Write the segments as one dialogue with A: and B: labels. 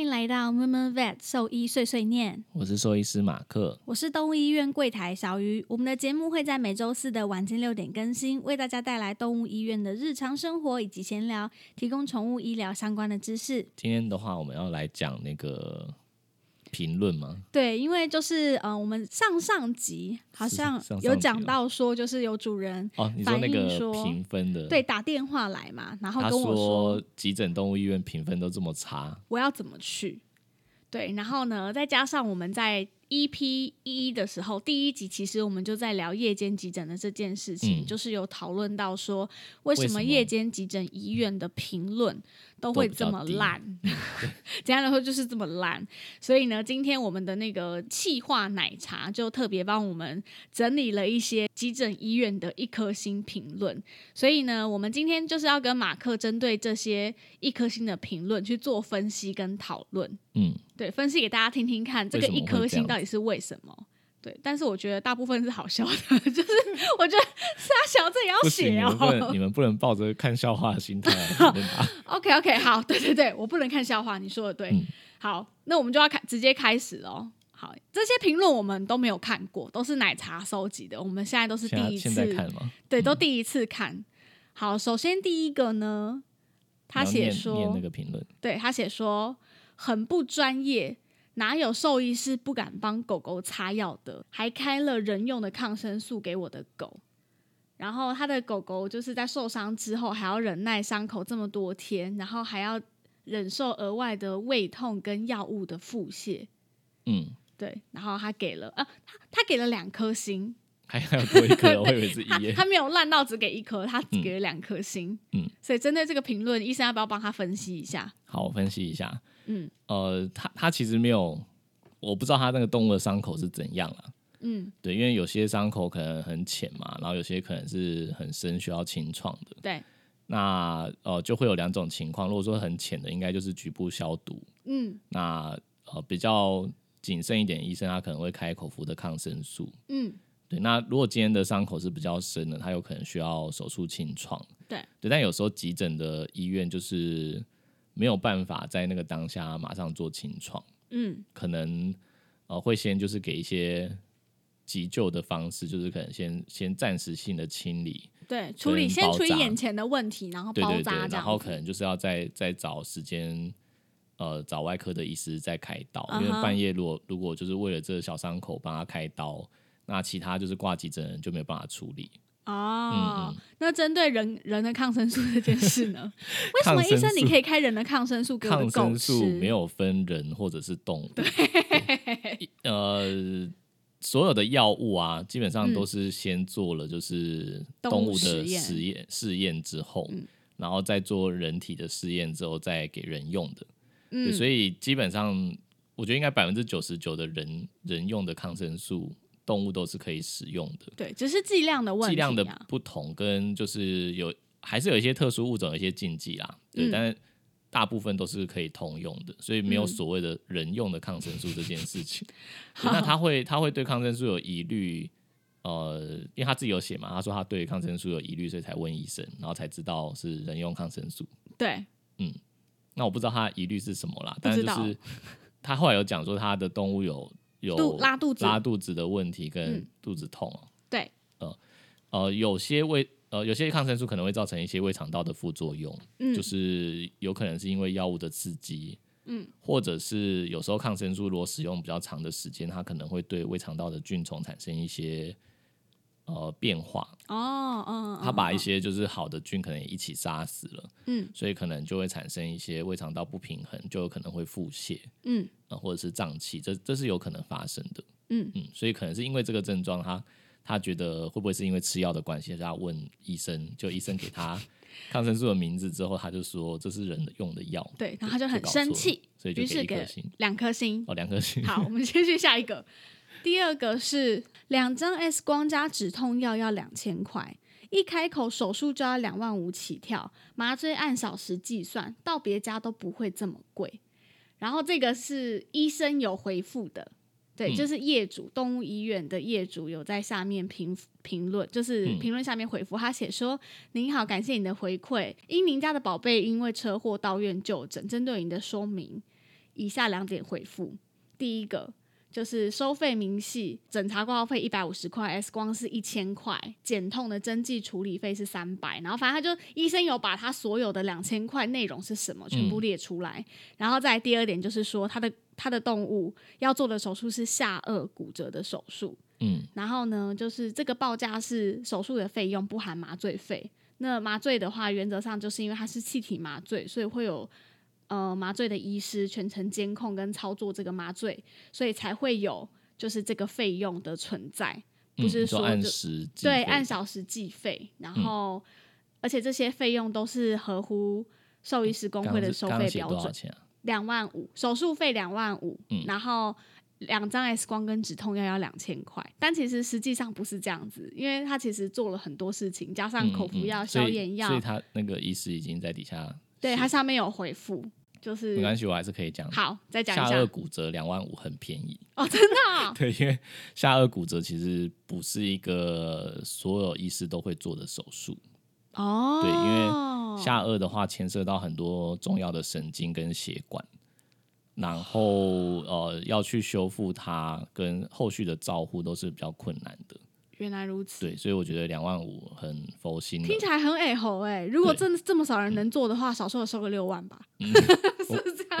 A: 迎来到 m u m u Vet 兽医碎碎念，
B: 我是兽医师马克。
A: 我是动物医院柜台小鱼。我们的节目会在每周四的晚间六点更新，为大家带来动物医院的日常生活以及闲聊，提供宠物医疗相关的知识。
B: 今天的话，我们要来讲那个评论吗？
A: 对，因为就是呃，我们上上集好
B: 是
A: 像
B: 上上
A: 有
B: 集
A: 讲
B: 吗
A: 到说，就是有主人
B: 哦，你说那
A: 反映
B: 个
A: 说
B: 评分的，
A: 对，打电话来嘛，然后
B: 他
A: 跟我
B: 说急诊动物医院评分都这么差，
A: 我要怎么去？对，然后呢，再加上我们在 EP 一的时候，第一集其实我们就在聊夜间急诊的这件事情，
B: 嗯
A: 就是有讨论到说为什
B: 为什
A: 么
B: 么
A: 夜间急诊医院的评论都会这么 烂，简单来说就是这么烂。所以呢，今天我们的那个气化奶茶就特别帮我们整理了一些急诊医院的一颗星评论，所以呢，我们今天就是要跟马克针对这些一颗星的评论去做分析跟讨论。
B: 嗯，
A: 对，分析给大家听听看，这个
B: 为什么
A: 一
B: 会
A: 颗
B: 这样
A: 星
B: 子
A: 到底是为什么？对，但是我觉得大部分是好笑的， 就是我觉得 沙小这也要
B: 不行，
A: 写
B: 你们不能，
A: 哦。
B: 你们不能抱着看笑话的心态来评论 吧？
A: OK OK，好，对对对，我不能看笑话，你说的对。
B: 嗯
A: 好，那我们就要开直接开始哦。好，这些评论我们都没有看过，都是奶茶收集的，我们现在都是
B: 现
A: 第
B: 在
A: 一次
B: 现在看嗯吗？
A: 对，都第一次看。好，首先第一个呢，他
B: 你要
A: 写
B: 念
A: 说，
B: 念那个评论，
A: 对他写说很不专业，哪有兽医师不敢帮狗狗擦药的？还开了人用的抗生素给我的狗。然后他的狗狗就是在受伤之后还要忍耐伤口这么多天，然后还要忍受额外的胃痛跟药物的腹泻。
B: 嗯，
A: 对，然后他给了啊，他他给了两颗星，
B: 还还有多一颗，我以为是一
A: 他
B: 耶。
A: 他没有烂到只给一颗，他只
B: 嗯
A: 给了两颗星。
B: 嗯
A: 所以针对这个评论，医生要不要帮他分析一下？
B: 好，我分析一下，
A: 嗯
B: 呃，他他其实没有，我不知道他那个动物的伤口是怎样啦。
A: 嗯，
B: 对，因为有些伤口可能很浅嘛，然后有些可能是很深，需要清创的。
A: 对，
B: 那呃就会有两种情况，如果说很浅的，应该就是局部消毒；
A: 嗯
B: 那呃比较谨慎一点，医生他可能会开口服的抗生素。
A: 嗯
B: 对，那如果今天的伤口是比较深的，他有可能需要手术清创。
A: 对
B: 对，但有时候急诊的医院就是没有办法在那个当下马上做清创，
A: 嗯
B: 可能呃会先就是给一些急救的方式，就是可能先先暂时性的清理，
A: 对，处理
B: 能
A: 先
B: 包
A: 处理
B: 扎
A: 眼前的问题，然后
B: 对
A: 哦包
B: 对
A: 扎
B: 对
A: 这样，子。
B: 然后可能就是要再再找时间，呃，找外科的医师再开刀
A: 嗯哼
B: 因为半夜如果如果就是为了这个小伤口帮他开刀，那其他就是挂急诊的人就没有办法处理。嗯
A: 哦，那针对人人的抗生素这件事 呢？为什么
B: 抗
A: 医
B: 生
A: 生你
B: 素
A: 可以开人的抗生素给我的
B: 抗
A: 狗
B: 生
A: 吃？
B: 素没有分人或者是动物，对一呃，所有的药物啊，基本上都是先做了就是
A: 嗯动
B: 动
A: 物
B: 物
A: 实验
B: 的
A: 嗯
B: 实验试验之后，然后再做人体的试验之后再给人用的。对，
A: 嗯
B: 所以基本上，我觉得应该百分之九十九的人人用的抗生素，动物都是可以使用的，
A: 对，只是剂量的问
B: 剂
A: 题、啊。
B: 量的不同跟就是有还是有一些特殊物种有一些禁忌啦，对，
A: 嗯
B: 但是大部分都是可以通用的，所以没有
A: 嗯
B: 所谓的人用的抗生素这件 事情。对那他会他会对抗生素有疑虑。呃，因为他自己有写嘛，他说他对抗生素有疑虑，所以才问医生，然后才知道是人用抗生素。
A: 对，
B: 那我不知道他的疑虑是什么啦，
A: 不
B: 但
A: 知
B: 是
A: 道
B: 就是他后来有讲说他的动物有
A: 肚
B: 有
A: 拉肚子
B: 拉肚子的问题
A: 嗯
B: 跟肚子痛、哦。
A: 对，
B: 呃呃，有些胃呃有些抗生素可能会造成一些胃肠道的副作用，
A: 嗯
B: 就是有可能是因为药物的刺激，
A: 嗯，
B: 或者是有时候抗生素如果使用比较长的时间，它可能会对胃肠道的菌虫产生一些。呃，变化，
A: 哦，嗯，
B: 它把一
A: 嗯
B: 些就是好的菌可能也一起杀死了，
A: 嗯
B: 所以可能就会产生一些胃肠道不平衡，就有可能会腹泻
A: 嗯
B: 啊、呃或者是胀气，这这是有可能发生的。
A: 嗯
B: 嗯，所以可能是因为这个症状，他他觉得会不会是因为吃药的关系，他问医生，就医生给 他抗生素的名字之后，他就说这是人用的药，
A: 对，然后他就
B: 就
A: 很
B: 搞
A: 生
B: 错了
A: 气，
B: 所以就
A: 于是
B: 给一
A: 给
B: 颗
A: 了
B: 星
A: 两颗星。
B: 哦，两颗星。
A: 好，我们继续下一个。第二个是两张 S 光加止痛药要两千块，一开口手术就要两万五起跳，麻醉按小时计算，到别家都不会这么贵。然后这个是医生有回复的，对，
B: 嗯
A: 就是业主动物医院的业主有在下面评评论，就是
B: 嗯
A: 评论下面回复，他写说：“您好，感谢你的回馈，因您家的宝贝因为车祸到院就诊，针对您的说明。以下两点回复：第一个就是收费明细，诊查挂号费一百五十块，X 光是一千块，减痛的针剂处理费是三百，然后反正他就医生有把他所有的两千块内容是什么全部列出来，然后再来第二点就是说他的他的动物要做的手术是下颚骨折的手术，
B: 嗯，
A: 然后呢，就是这个报价是手术的费用，不含麻醉费。那麻醉的话，原则上就是因为它是气体麻醉，所以会有呃麻醉的医师全程监控跟操作这个麻醉，所以才会有就是这个费用的存在，不
B: 嗯
A: 是
B: 你说
A: 说
B: 按
A: 就
B: 时计
A: 对
B: 费嗯
A: 按小时计费。然后，而且这些费用都是合乎兽医师工
B: 刚
A: 会
B: 刚
A: 的
B: 是
A: 收
B: 刚刚
A: 费
B: 写
A: 标
B: 多少
A: 准。
B: 钱啊？
A: 两万五，手术费两万五、
B: 嗯
A: 然后两张 X 光跟止痛药要两千块，但其实实际上不是这样子，因为他其实做了很多事情，加上
B: 嗯
A: 口服
B: 嗯
A: 药、
B: 所
A: 消
B: 以
A: 炎药
B: 所以，他那个医师已经在底下，
A: 对，它上面有回复，就
B: 没关
A: 是
B: 系，我还是可以讲。
A: 好，再讲
B: 下
A: 一
B: 颚
A: 下
B: 骨折两万五很便宜，
A: 哦，真的哦、
B: 对，因为下颚骨折其实不是一个所有医师都会做的手术。
A: 哦，
B: 对因下颚的话，牵涉到很多重要的神经跟血管，然后呃要去修复它，跟后续的照护都是比较困难的。
A: 原来如此。
B: 对，所以我觉得两万五很佛心了
A: 听起来很矮猴哎！如果
B: 对
A: 真的这么少人能做的话，少说也收个六万吧。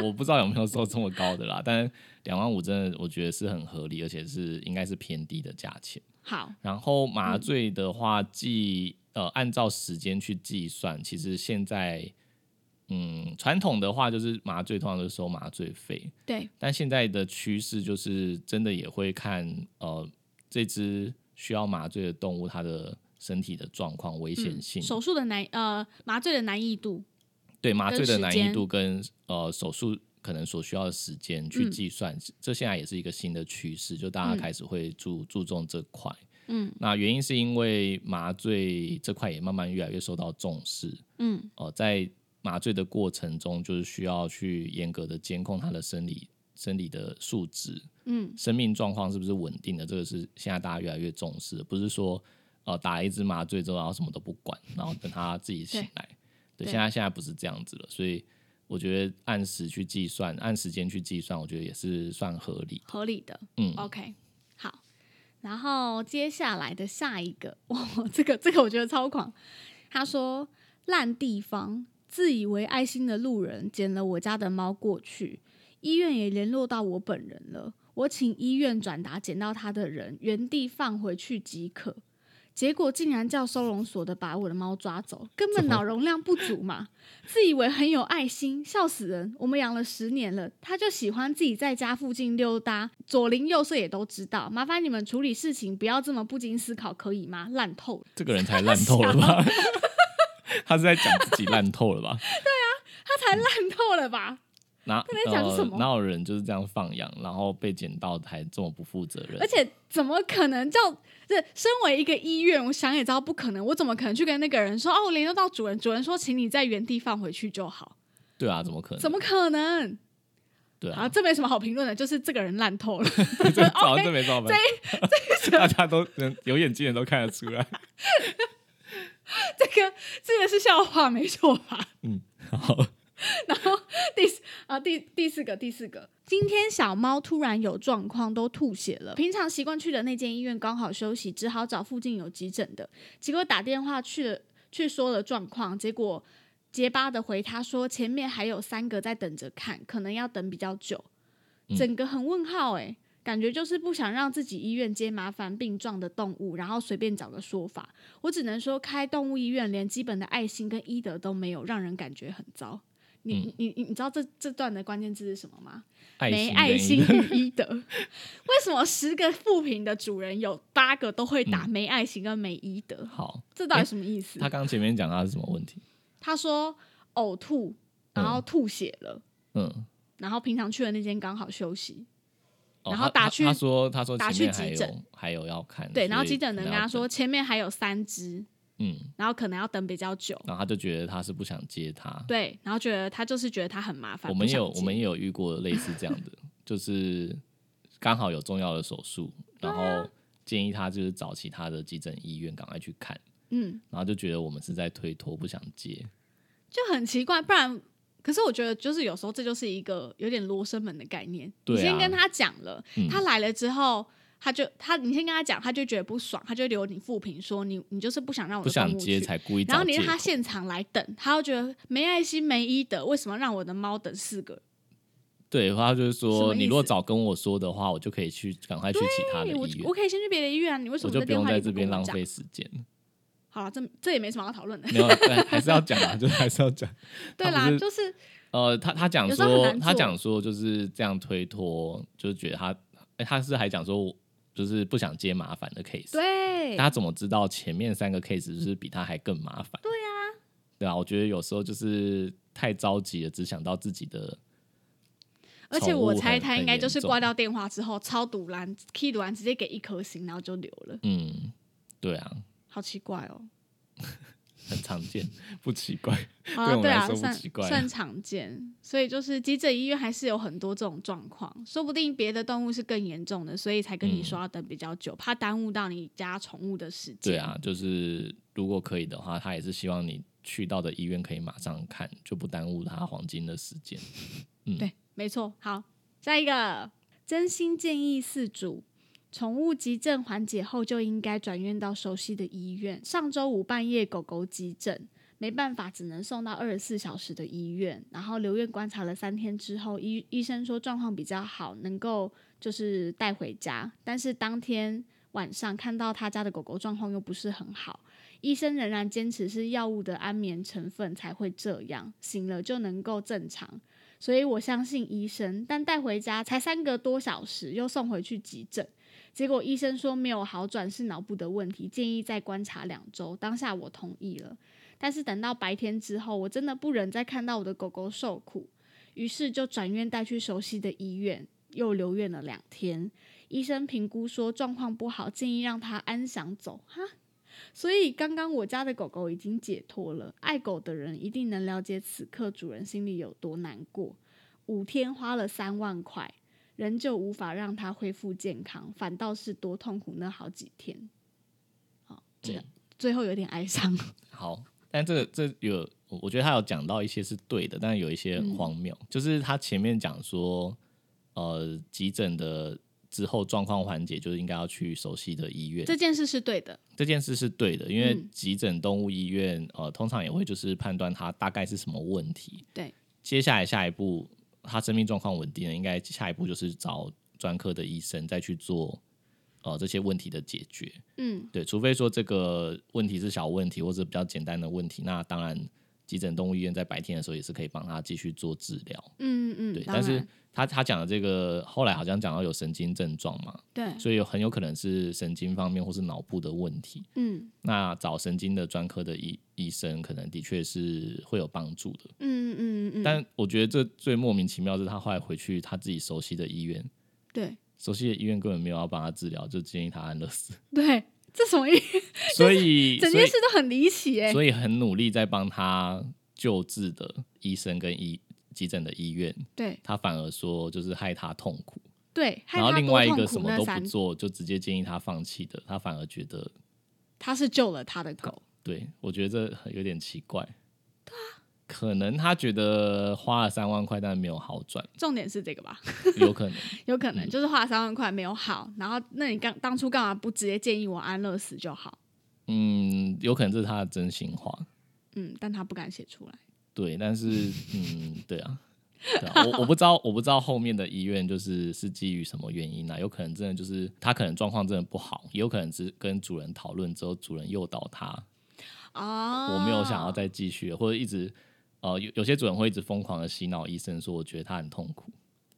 B: 我不知道有没有收这么高的啦，但两万五真的我觉得是很合理，而且是应该是偏低的价钱。
A: 好，
B: 然后
A: 嗯
B: 麻醉的话，计呃按照时间去计算，其实现在嗯传统的话就是麻醉通常都是收麻醉费，
A: 对，
B: 但现在的趋势就是真的也会看呃这只需要麻醉的动物它的身体的状况、危险
A: 嗯
B: 性、
A: 手术的难呃麻醉的难易度，
B: 对麻醉的
A: 时
B: 难易
A: 间
B: 度跟呃手术可能所需要的时间
A: 嗯
B: 去计算，这现在也是一个新的趋势，就大家开始会注、注重这块。
A: 嗯，
B: 那原因是因为麻醉这块也慢慢越来越受到重视。
A: 嗯
B: 哦、在麻醉的过程中，就是需要去严格的监控它的生理生理的数值，
A: 嗯，
B: 生命状况是不是稳定的，这个是现在大家越来越重视的，不是说呃打了一支麻醉之后，然后什么都不管，然后等他自己醒来。对，
A: 对
B: 现在现在不是这样子了，所以我觉得按时去计算，按时间去计算，我觉得也是算合理。
A: 合理的。
B: 嗯，
A: OK，好。然后接下来的下一个， 哇，这个这个我觉得超狂。他说烂地方，自以为爱心的路人捡了我家的猫过去，医院也联络到我本人了。我请医院转达捡到他的人，原地放回去即可。结果竟然叫收容所的把我的猫抓走，根本脑容量不足嘛！自以为很有爱心，笑死人！我们养了十年了，它就喜欢自己在家附近溜达，左邻右舍也都知道。麻烦你们处理事情不要这么不经思考，可以吗？烂透了！
B: 这个人才烂透了吧？ 他是在讲自己烂透了吧？
A: 它才烂透了吧？
B: 哪
A: 在讲什么
B: 呃、哪有人就是这样放养，然后被捡到还这么不负责任？
A: 而且怎么可能叫这？身为一个医院，我想也知道不可能，我怎么可能去跟那个人说哦？我联络到主人，主人说请你在原地放回去就好，
B: 对啊，怎么可能？
A: 怎么可能？
B: 对
A: 啊，哦
B: 啊？
A: 这没什么好评论的，就是这个人烂透了。
B: 这早
A: 哎
B: 这没照片， 大家都能有眼睛的都看得出 来。
A: 这个这个是笑话，没错吧？
B: 嗯，好，
A: 然后第四啊第第四个第四个，今天小猫突然有状况，都吐血了。平常习惯去的那间医院刚好休息，只好找附近有急诊的。结果打电话去了，去说了状况，结果结巴的回他说前面还有三个在等着看，可能要等比较久。
B: 嗯
A: 整个很问号哎、感觉就是不想让自己医院接麻烦病状的动物，然后随便找个说法。我只能说，开动物医院连基本的爱心跟医德都没有，让人感觉很糟。你、你你你知道这这段的关键字是什么吗？
B: 嗯爱
A: 没
B: 心
A: 爱
B: 跟
A: 心
B: 一个
A: 与医德。为什么十个负评的主人有八个都会打没爱心跟没医德？
B: 好，
A: 这到底什么意思？
B: 嗯哎他刚前面讲他是什么问题？
A: 他说呕吐，然后吐血了，
B: 嗯，
A: 然后平常去的那间刚好休息，
B: 哦
A: 然后
B: 他
A: 打
B: 他
A: 去
B: 他说他说
A: 打
B: 前面
A: 去
B: 还
A: 急
B: 有
A: 诊
B: 还有要看，
A: 对，然后
B: 所以
A: 急诊的
B: 可
A: 人
B: 能
A: 跟
B: 要
A: 他说
B: 等，
A: 前面还有三只，
B: 嗯，
A: 然后可能要等比较久。
B: 然后他就觉得他是不想接他。
A: 对，然后觉得他就是觉得他很麻烦。
B: 我们
A: 不
B: 也
A: 想
B: 有我们
A: 接
B: 也有遇过类似这样的， 就是刚好有重要的手术，然
A: 啊
B: 后建议他就是找其他的急诊医院赶快去看，
A: 嗯，
B: 然后就觉得我们是在推脱，不想接。
A: 就很奇怪，不然可是我觉得，就是有时候这就是一个有点罗生门的概念。
B: 对啊
A: 你先跟他讲了，
B: 嗯
A: 他来了之后，他就他你先跟他讲，他就觉得不爽，他就留你负评说你你就是不想哦让我
B: 不
A: 的动
B: 想
A: 物
B: 接
A: 去。
B: 才故意
A: 然
B: 找
A: 后你
B: 借
A: 让他
B: 口。
A: 现场来等，他又觉得没爱心没医德，为什么让我的猫等四个？
B: 对，然后他就是
A: 什
B: 说，
A: 么意
B: 你如果
A: 思
B: 早跟我说的话，我就可以去赶快去其他的
A: 哎我
B: 医院，
A: 我可以先去别的医院啊，你为什
B: 我
A: 么
B: 就
A: 在
B: 不
A: 电
B: 用
A: 话
B: 在
A: 里不
B: 这
A: 跟
B: 边
A: 我
B: 浪
A: 讲？
B: 费时间。
A: 好了，这这也没什么好讨 论的。
B: 没有，对，还是要讲啊， 就是还是要讲。
A: 对
B: 他
A: 啦
B: 不，是
A: 就是
B: 呃，他他讲
A: 有时候很
B: 说，
A: 难
B: 他
A: 做
B: 讲说就是这样推脱，就是觉得他，哎，他是还讲说我，就是不想接麻烦的 case。
A: 对
B: 但他怎么知道前面三个 case 就是比他还更麻烦？对啊，对啊，我觉得有时候就是太着急了，只想到自己的。
A: 而且
B: 宠
A: 我
B: 物
A: 猜
B: 很
A: 他应
B: 很
A: 该
B: 严
A: 就是
B: 重
A: 挂掉电话之后超堵拦，key 堵拦直接给一颗星，然后就留了，
B: 嗯，对啊，
A: 好奇怪 哦。
B: 很常见， 不奇怪。
A: 好
B: 对
A: 了，
B: 我
A: 对
B: 来
A: 啊，
B: 说不
A: 算
B: 奇怪啊
A: 算常见，所以就是急诊医院还是有很多这种状况，说不定别的动物是更严重的，所以才跟
B: 嗯
A: 你说要等比较久，怕耽误到你家宠物的时间。
B: 对，啊，就是如果可以的话，他也是希望你去到的医院可以马上看，就不耽误他黄金的时间。
A: 对，没错。好，下一个，真心建议饲主，宠物急症缓解后就应该转院到熟悉的医院。上周五半夜狗狗急诊，没办法，只能送到二十四小时的医院，然后留院观察了三天之后，医医生说状况比较好，能够就是带回家，但是当天。晚上看到他家的狗狗状况又不是很好，医生仍然坚持是药物的安眠成分才会这样，醒了就能够正常。所以我相信医生，但带回家才三个多小时，又送回去急诊。结果医生说没有好转，是脑部的问题，建议再观察两周。当下我同意了，但是等到白天之后，我真的不忍再看到我的狗狗受苦，于是就转院带去熟悉的医院，又留院了两天。医生评估说状况不好，建议让它安详走。哈，所以刚刚我家的狗狗已经解脱了，爱狗的人一定能了解此刻主人心里有多难过。五天花了三万块，仍旧无法让它恢复健康，反倒是多痛苦那好几天。好，这、
B: 嗯
A: 最后有点哀伤。
B: 好，但这个这有，我我觉得他有讲到一些是对的，但有一些
A: 嗯
B: 很荒谬。就是他前面讲说，呃，急诊的之后状况缓解，就是应该要去熟悉的医院。
A: 这件事是对的，
B: 这件事是对的，因为
A: 嗯
B: 急诊动物医院，呃，通常也会就是判断它大概是什么问题。
A: 对，
B: 接下来下一步，它生命状况稳定了，应该下一步就是找专科的医生再去做，呃，这些问题的解决。
A: 嗯，
B: 对，除非说这个问题是小问题或者比较简单的问题，那当然急诊动物医院在白天的时候也是可以帮他继续做治疗。
A: 嗯嗯，
B: 对，
A: 当
B: 但是
A: 然
B: 他他讲的这个后来好像讲到有神经症状嘛，
A: 对，
B: 所以有很有可能是神经方面或是脑部的问题。
A: 嗯
B: 那找神经的专科的医医生，可能的确是会有帮助的。
A: 嗯嗯嗯，
B: 但我觉得这最莫名其妙的是，他后来回去他自己熟悉的医院，
A: 对
B: 熟悉的医院根本没有要帮他治疗，就建议他安乐死。
A: 对，这什么意？
B: 所以，
A: 整
B: 所以
A: 件事都很离奇哎、
B: 所以很努力在帮他救治的医生跟医急诊的医院，
A: 对
B: 他反而说就是害他痛苦，
A: 对，害
B: 然后
A: 他
B: 另
A: 多
B: 外一
A: 痛
B: 个
A: 苦
B: 什么
A: 那
B: 都
A: 三
B: 不做，就直接建议他放弃的，他反而觉得，
A: 他是救了他的狗，
B: 对我觉得这有点奇怪。可能他觉得花了三万块，但没有好转，
A: 重点是这个吧？
B: 有可能。
A: 有可
B: 嗯
A: 能就是花了三万块没有好，然后那你刚当初干嘛不直接建议我安乐死就好？
B: 嗯，有可能这是他的真心话。
A: 嗯，但他不敢写出来。
B: 对，但是，嗯，对啊，对啊我我不知道，我不知道后面的医院就是是基于什么原因啊？有可能真的就是他可能状况真的不好，也有可能是跟主人讨论之后，主人诱导他，
A: 哦，
B: 我没有想要再继续了，或者一直呃有有些主人会一直疯狂的洗脑医生说，我觉得他很痛苦，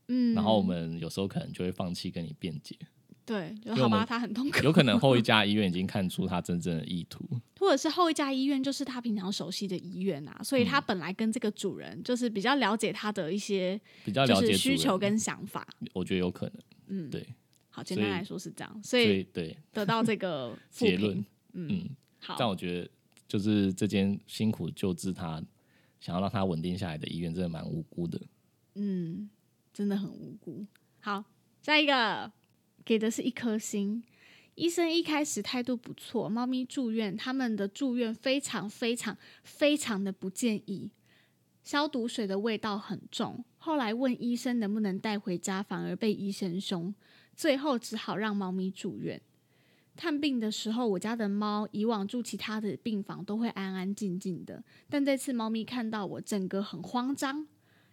A: 嗯，
B: 然后我们有时候可能就会放弃跟你辩解，
A: 对，就
B: 因为
A: 好
B: 我
A: 吧，
B: 们
A: 他很痛苦，
B: 有可能后一家医院已经看出他真正的意图，
A: 或者是后一家医院就是他平常熟悉的医院啊，所以
B: 嗯
A: 他本来跟这个主人就是比较了解他的一些
B: 比较了
A: 就是
B: 解主
A: 需
B: 人，
A: 求跟想法。
B: 我觉得有可能，
A: 嗯，
B: 对，
A: 好，简
B: 所
A: 单
B: 以
A: 来说是这样，所
B: 所以
A: 以
B: 对
A: 得到这个复
B: 结
A: 评
B: 论，
A: 嗯，
B: 嗯。但
A: 好，
B: 我觉得就是这间辛苦救治他，想要让他稳定下来的医院，真的蛮无辜的。
A: 嗯，真的很无辜。好，下一个给的是一颗星。医生一开始态度不错，猫咪住院，他们的住院非常非常非常的不建议。消毒水的味道很重，后来问医生能不能带回家，反而被医生凶，最后只好让猫咪住院。探病的时候，我家的猫以往住其他的病房都会安安静静的，但这次猫咪看到我，整个很慌张，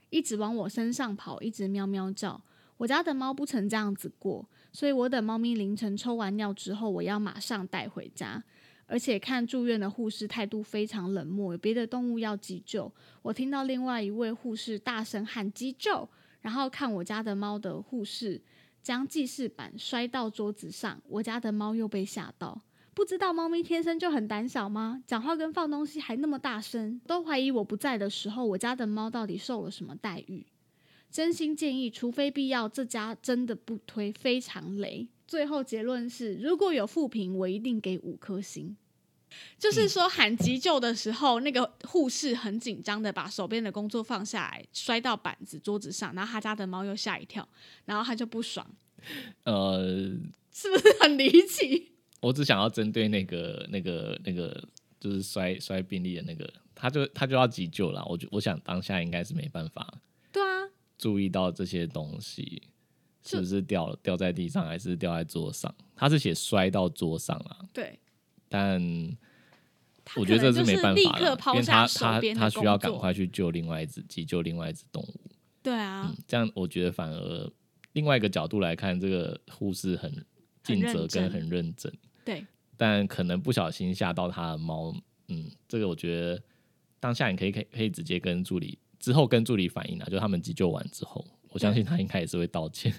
A: 一直往我身上跑，一直喵喵叫。我家的猫不曾这样子过，所以我等猫咪凌晨抽完尿之后，我要马上带回家。而且看住院的护士态度非常冷漠，有别的动物要急救，我听到另外一位护士大声喊急救，然后看我家的猫的护士将记事板摔到桌子上，我家的猫又被吓到。不知道猫咪天生就很胆小吗？讲话跟放东西还那么大声，都怀疑我不在的时候，我家的猫到底受了什么待遇？真心建议，除非必要，这家真的不推，非常雷。最后结论是，如果有负评，我一定给五颗星。就是说喊急救的时候，那个护士很紧张的把手边的工作放下来，摔到板子桌子上，然后他家的猫又吓一跳，然后他就不爽，
B: 呃，
A: 是不是很离奇？
B: 我只想要针对那个、那个、那个，就是摔摔病例的那个，他就他就要急救了。我就我想当下应该是没办法
A: 对啊，
B: 注意到这些东西
A: 就是
B: 不是掉掉在地上，还是掉在桌上。他是写摔到桌上啦，
A: 对，
B: 但
A: 他
B: 我觉得
A: 可能
B: 这
A: 就是
B: 没办
A: 立
B: 法
A: 刻
B: 啦，因
A: 抛
B: 为
A: 下
B: 他
A: 手
B: 他
A: 边的
B: 他需要
A: 工
B: 赶
A: 作
B: 快去救另外一只急救另外一只动物。
A: 对啊，
B: 嗯，这样我觉得反而另外一个角度来看，这个护士很尽责
A: 认真
B: 跟很认真，
A: 对，
B: 但可能不小心吓到他的猫。嗯，这个我觉得当下你可以可以可以直接跟助理之后跟助理反映啊，就他们急救完之后，我相信他应该也是会道歉。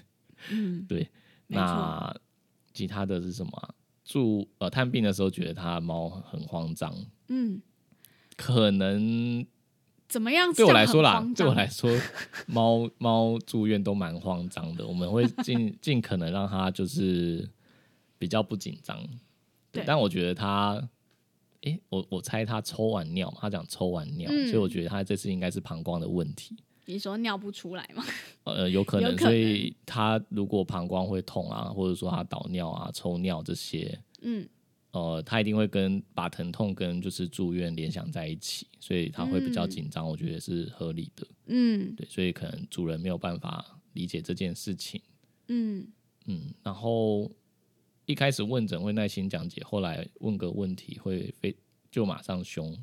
A: 嗯，
B: 对，
A: 没错
B: 那其他的是什么啊、住呃探病的时候觉得他的猫很慌张，
A: 嗯，
B: 可能
A: 怎么样？
B: 对我来说
A: 这样
B: 啦
A: 很慌，
B: 对我
A: 张
B: 来说，猫猫住院都蛮慌张的。我们会尽尽可能让它就是比较不紧张。
A: 对
B: 但我觉得它，诶、我我猜它抽完尿嘛，它讲抽完尿，
A: 嗯
B: 所以我觉得它这次应该是膀胱的问题。
A: 你说尿不出来吗？
B: 呃，有可能，
A: 有可能
B: 所以它如果膀胱会痛啊，或者说它导尿啊、抽尿这些，
A: 嗯，
B: 呃，它一定会跟把疼痛跟就是住院联想在一起，所以它会比较
A: 嗯
B: 紧张，我觉得是合理的。
A: 嗯
B: 对，所以可能主人没有办法理解这件事情。
A: 嗯
B: 嗯，然后一开始问诊会耐心讲解，后来问个问题会非就马上凶。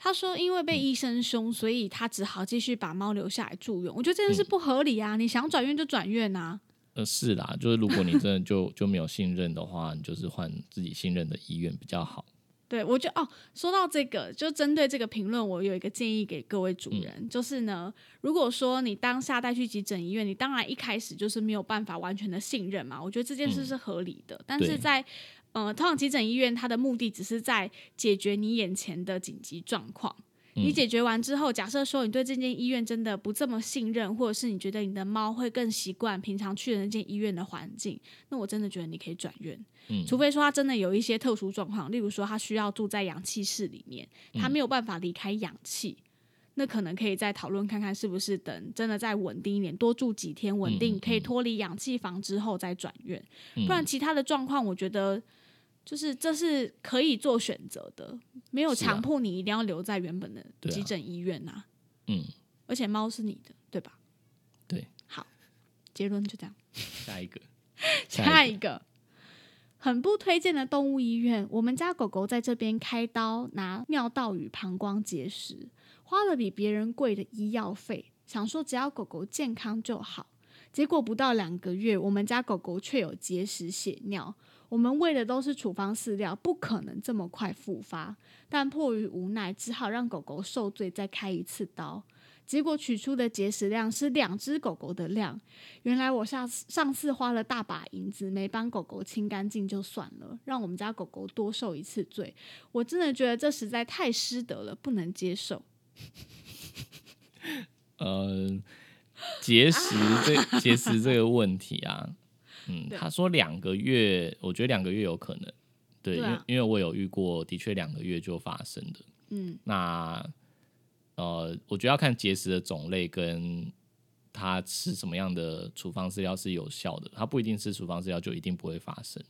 A: 他说，因为
B: 嗯
A: 被医生凶，所以他只好继续把猫留下来住院。我觉得这
B: 嗯
A: 件事不合理啊！你想转院就转院啊。
B: 呃，是啦，就是如果你真的就就没有信任的话，你就是换自己信任的医院比较好。
A: 对，我觉得哦，说到这个，就针对这个评论，我有一个建议给各位主
B: 嗯
A: 人，就是呢，如果说你当下带去急诊医院，你当然一开始就是没有办法完全的信任嘛，我觉得这件事
B: 嗯
A: 是合理的。但是
B: 对
A: 在呃，通常急诊医院它的目的只是在解决你眼前的紧急状况。你
B: 嗯
A: 解决完之后，假设说你对这间医院真的不这么信任，或者是你觉得你的猫会更习惯平常去的那间医院的环境，那我真的觉得你可以转院。
B: 嗯
A: 除非说它真的有一些特殊状况，例如说它需要住在氧气室里面，
B: 嗯
A: 它没有办法离开氧气。那可能可以再讨论看看，是不是等真的再稳定一点，多住几天，稳定
B: 嗯
A: 可以脱离氧气房之后再转院。
B: 嗯
A: 不然其他的状况，我觉得就是这是可以做选择的，没有
B: 是啊
A: 强迫你一定要留在原本的
B: 对啊
A: 急诊医院啊。
B: 嗯，
A: 而且猫是你的，对吧？
B: 对。
A: 好，结论就这样。
B: 下一个，
A: 下
B: 下
A: 一个，很不推荐的动物医院。我们家狗狗在这边开刀拿尿道与膀胱结石，花了比别人贵的医药费，想说只要狗狗健康就好。结果不到两个月，我们家狗狗却有结石血尿。我们喂的都是处方饲料，不可能这么快复发，但迫于无奈，只好让狗狗受罪，再开一次刀。结果取出的结石量是两只狗狗的量，原来我下次上次花了大把银子没帮狗狗清干净就算了，让我们家狗狗多受一次罪，我真的觉得这实在太失德了，不能接受。
B: 呃，结石这结石这个问题啊，嗯，
A: 对
B: 他说两个月，我觉得两个月有可能，
A: 对
B: 对，因
A: 啊
B: 为因为我有遇过，的确两个月就发生的。
A: 嗯
B: 那呃，我觉得要看结石的种类跟它吃什么样的处方饲料是有效的，它不一定吃处方饲料就一定不会发生。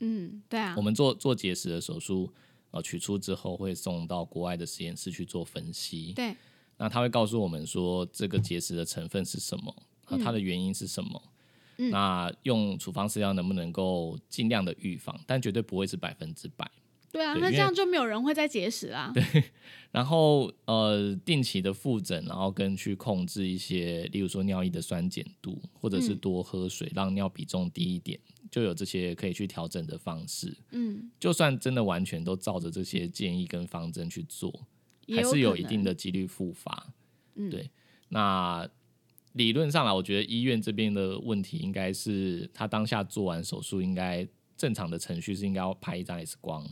A: 嗯，对啊
B: 我，们做做结石的手术，呃取出之后会送到国外的实验室去做分析。
A: 对，
B: 那他会告诉我们说这个结石的成分是什么，呃、它的原因是什么。
A: 嗯
B: 那用处方饲料能不能够尽量的预防，但绝对不会是百分之百。
A: 对啊，
B: 对
A: 那
B: 因
A: 这
B: 为
A: 样就没有人会再节食啦。
B: 然后呃，定期的复诊，然后跟去控制一些，例如说尿液的酸碱度，或者是
A: 嗯
B: 多喝水，让尿比重低一点，就有这些可以去调整的方式。
A: 嗯，
B: 就算真的完全都照着这些建议跟方针去做，
A: 也
B: 还是
A: 有
B: 有
A: 可
B: 一定
A: 能
B: 的几率复发。
A: 嗯
B: 对，那理论上来，我觉得医院这边的问题应该是他当下做完手术，应该正常的程序是应该要拍一张 X 光，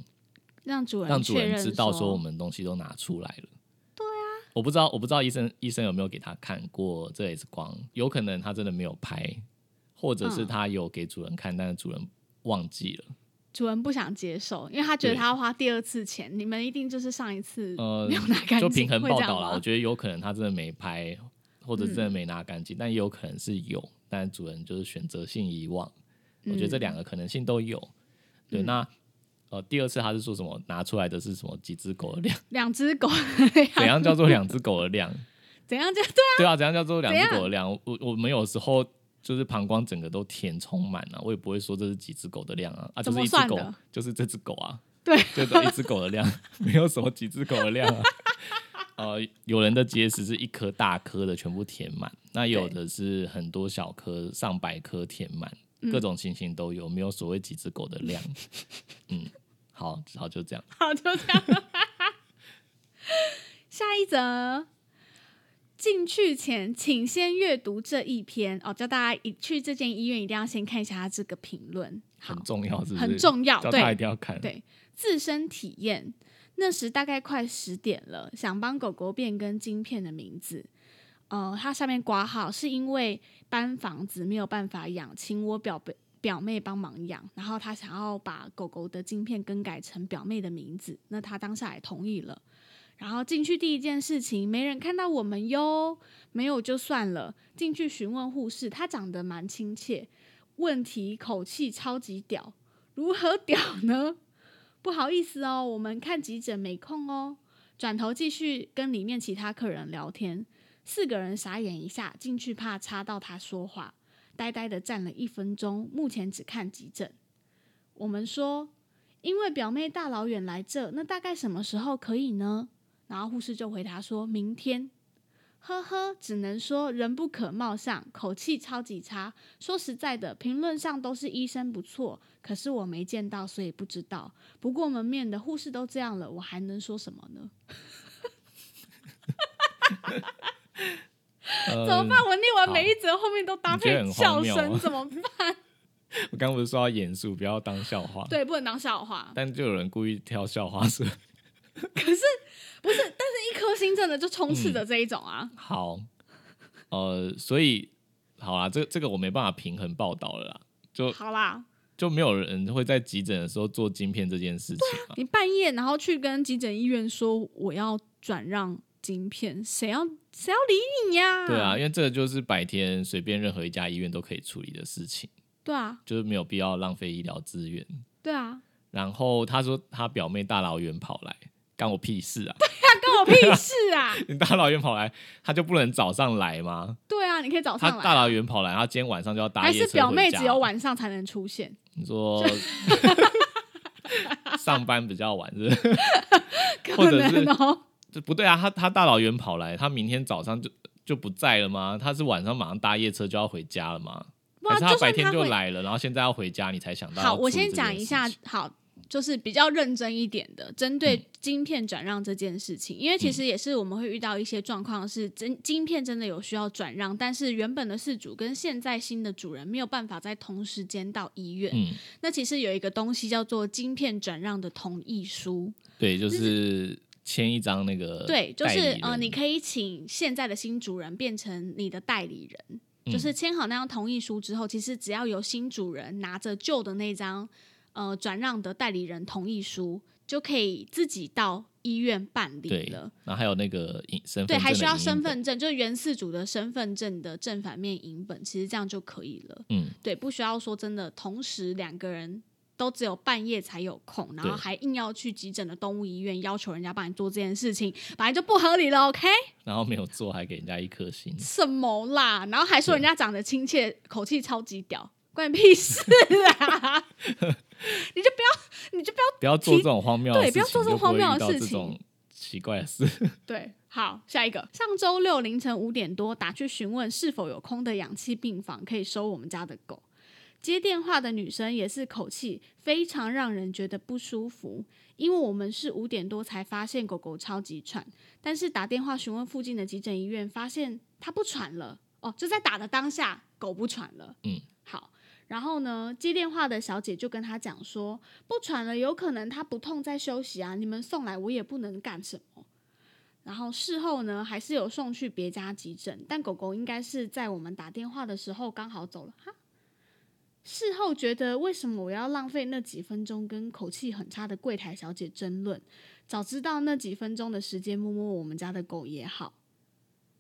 A: 让主人
B: 让主
A: 确
B: 人
A: 认
B: 知道说
A: 说
B: 我们东西都拿出来了。对啊，我不知道，我不知道医生医生有没有给他看过这 X 光，有可能他真的没有拍，或者是
A: 嗯
B: 他有给主人看，但是主人忘记了。
A: 主人不想接受，因为他觉得
B: 对
A: 他要花第二次钱，你们一定就是上一次
B: 呃
A: 没有拿干净，
B: 就平衡报道
A: 了
B: 啦，我。觉得有可能他真的没拍，或者
A: 嗯
B: 真的没拿干净，但也有可能是有，但主人就是选择性遗忘。我觉得
A: 嗯
B: 这两个可能性都有。对，那呃，第二次他是说什么？拿出来的是什么？几只狗 的量？
A: 两只狗
B: 怎样叫做两只狗的量？
A: 怎样就
B: 对啊，怎样叫做两
A: 怎
B: 只
A: 样
B: 狗的量？我我们有时候。就是膀胱整个都填充满了、我也不会说这是几只狗的量啊，啊，
A: 怎
B: 就是
A: 么
B: 一只
A: 算
B: 狗
A: 的，
B: 就是这只狗啊，
A: 对，
B: 就是一只狗的量，没有什么几只狗的量啊。呃，有人的结石是一颗大颗的全部填满，那有的是很多小颗、上百颗填满，
A: 嗯
B: 各种情形都有，没有所谓几只狗的 量。嗯，好，好，就这样。
A: 好，就这样。下一则，进去前请先阅读这一篇哦，叫大家一去这间医院一定要先看一下它这个评论，好
B: 很，重要，是不是？
A: 很重要，
B: 叫
A: 对
B: 他一定要看。
A: 对自身体验。那时大概快十点了，想帮狗狗变更晶片的名字。呃，它下面挂号是因为搬房子没有办法养，请我表表表妹帮忙养。然后他想要把狗狗的晶片更改成表妹的名字，那他当下也同意了。然后进去第一件事情，没人看到我们哟，没有就算了。进去询问护士，他长得蛮亲切，问题口气超级屌，如何屌呢？不好意思哦，我们看急诊没空哦。转头继续跟里面其他客人聊天，四个人傻眼一下，进去怕插到他说话，呆呆的站了一分钟，目前只看急诊。我们说，因为表妹大老远来这，那大概什么时候可以呢？然后护士就回答说，明天。呵呵，只能说人不可貌相，口气超级差。说实在的，评论上都是医生不错，可是我没见到，所以不知道。不过门面的护士都这样了，我还能说什么呢？
B: 呃
A: 怎么办？我念完
B: 好
A: 每一则，后面都搭
B: 你觉
A: 配
B: 得很
A: 笑
B: 荒谬
A: 声，
B: 吗
A: 怎么办？
B: 我刚刚不是说要严肃，不要当笑话。
A: 对，不能当笑话。
B: 但就有人故意挑笑话说
A: 不是，但是一颗星真的就充斥着这一种啊。
B: 好，呃，所以好啦，这这个我没办法平衡报道了啦，就
A: 好啦，
B: 就没有人会在急诊的时候做晶片这件事情嘛。
A: 你半夜然后去跟急诊医院说我要转让晶片，谁要谁要理你呀、
B: 对啊，因，为这个就是白天随便任何一家医院都可以处理的事情，
A: 对啊，
B: 就是没有必要浪费医疗资源。
A: 对啊，
B: 然后他说他表妹大老远跑来，干我屁事啊！
A: 关我屁事啊！
B: 你大老远跑来，他就不能早上来吗？
A: 对啊，你可以早
B: 他
A: 上
B: 大
A: 来。
B: 老远跑来，他今天晚上就要搭
A: 还
B: 夜车
A: 是
B: 回家。
A: 表妹只有晚上才能出现，
B: 你说上班比较晚是不是？或
A: 可
B: 者是
A: 能哦。
B: 这不对啊，他他大老远跑来，他明天早上就就不在了吗？他是晚上马上搭夜车就要回家了吗？
A: 哇，
B: 还是
A: 就
B: 他
A: 算
B: 白天就
A: 会
B: 来了，然后现在要回家，你才想到要
A: 好，我
B: 处理
A: 先
B: 这
A: 讲
B: 件
A: 一
B: 事
A: 下
B: 情，嗯
A: 好，就是比较认真一点的，针对晶片转让这件事情，因为其实也是我们会遇到一些状况，是真晶片真的有需要转让，但是原本的事主跟现在新的主人没有办法在同时间到医院。
B: 嗯，
A: 那其实有一个东西叫做晶片转让的同意书，
B: 对，就是签一张那个
A: 对，就
B: 代理
A: 是
B: 人
A: 呃，你可以请现在的新主人变成你的代理人。
B: 嗯
A: 就是签好那张同意书之后，其实只要有新主人拿着旧的那张呃转让的代理人同意书，就可以自己到医院办理
B: 对
A: 了。，
B: 然后还有那个影身份
A: 对，
B: 证
A: 还
B: 的
A: 需要
B: 影印
A: 身
B: 本，
A: 份证，就是原事主的身份证的正反面影本，其实这样就可以了。
B: 嗯，
A: 对，不需要说真的，同时两个人都只有半夜才有空，然后
B: 对
A: 还硬要去急诊的动物医院要求人家帮你做这件事情，本来就不合理了，OK？
B: 然后没有做还给人家一 颗星，
A: 什么啦？然后还说
B: 对
A: 人家长得亲切，口气超级屌，关你屁事啊！你就不要，你就不要
B: 不要做这种荒谬的
A: 对
B: 事
A: 不
B: 情，
A: 要做这
B: 就
A: 种
B: 不会
A: 荒谬的
B: 遇到
A: 事
B: 这
A: 情
B: 种奇怪的事。
A: 对，好，下一个。上周六凌晨五点多打去询问是否有空的氧气病房可以收我们家的狗。接电话的女生也是口气非常让人觉得不舒服，因为我们是五点多才发现狗狗超级喘，但是打电话询问附近的急诊医院，发现它不喘了。哦，就在打的当下，狗不喘了。
B: 嗯，
A: 好。然后呢，接电话的小姐就跟他讲说，不喘了，有可能它不痛在休息啊，你们送来我也不能干什么。然后事后呢，还是有送去别家急诊，但狗狗应该是在我们打电话的时候刚好走了哈。事后觉得为什么我要浪费那几分钟跟口气很差的柜台小姐争论？早知道那几分钟的时间摸摸我们家的狗也好。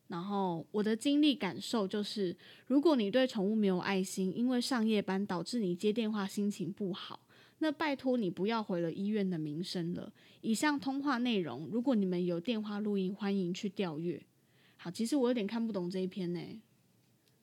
A: 然后我的经历感受就是，如果你对宠物没有爱心，因为上夜班导致你接电话心情不好，那拜托你不要毁了医院的名声了。以上通话内容，如果你们有电话录音，欢迎去调阅。好，其实我有点看不懂这一篇呢，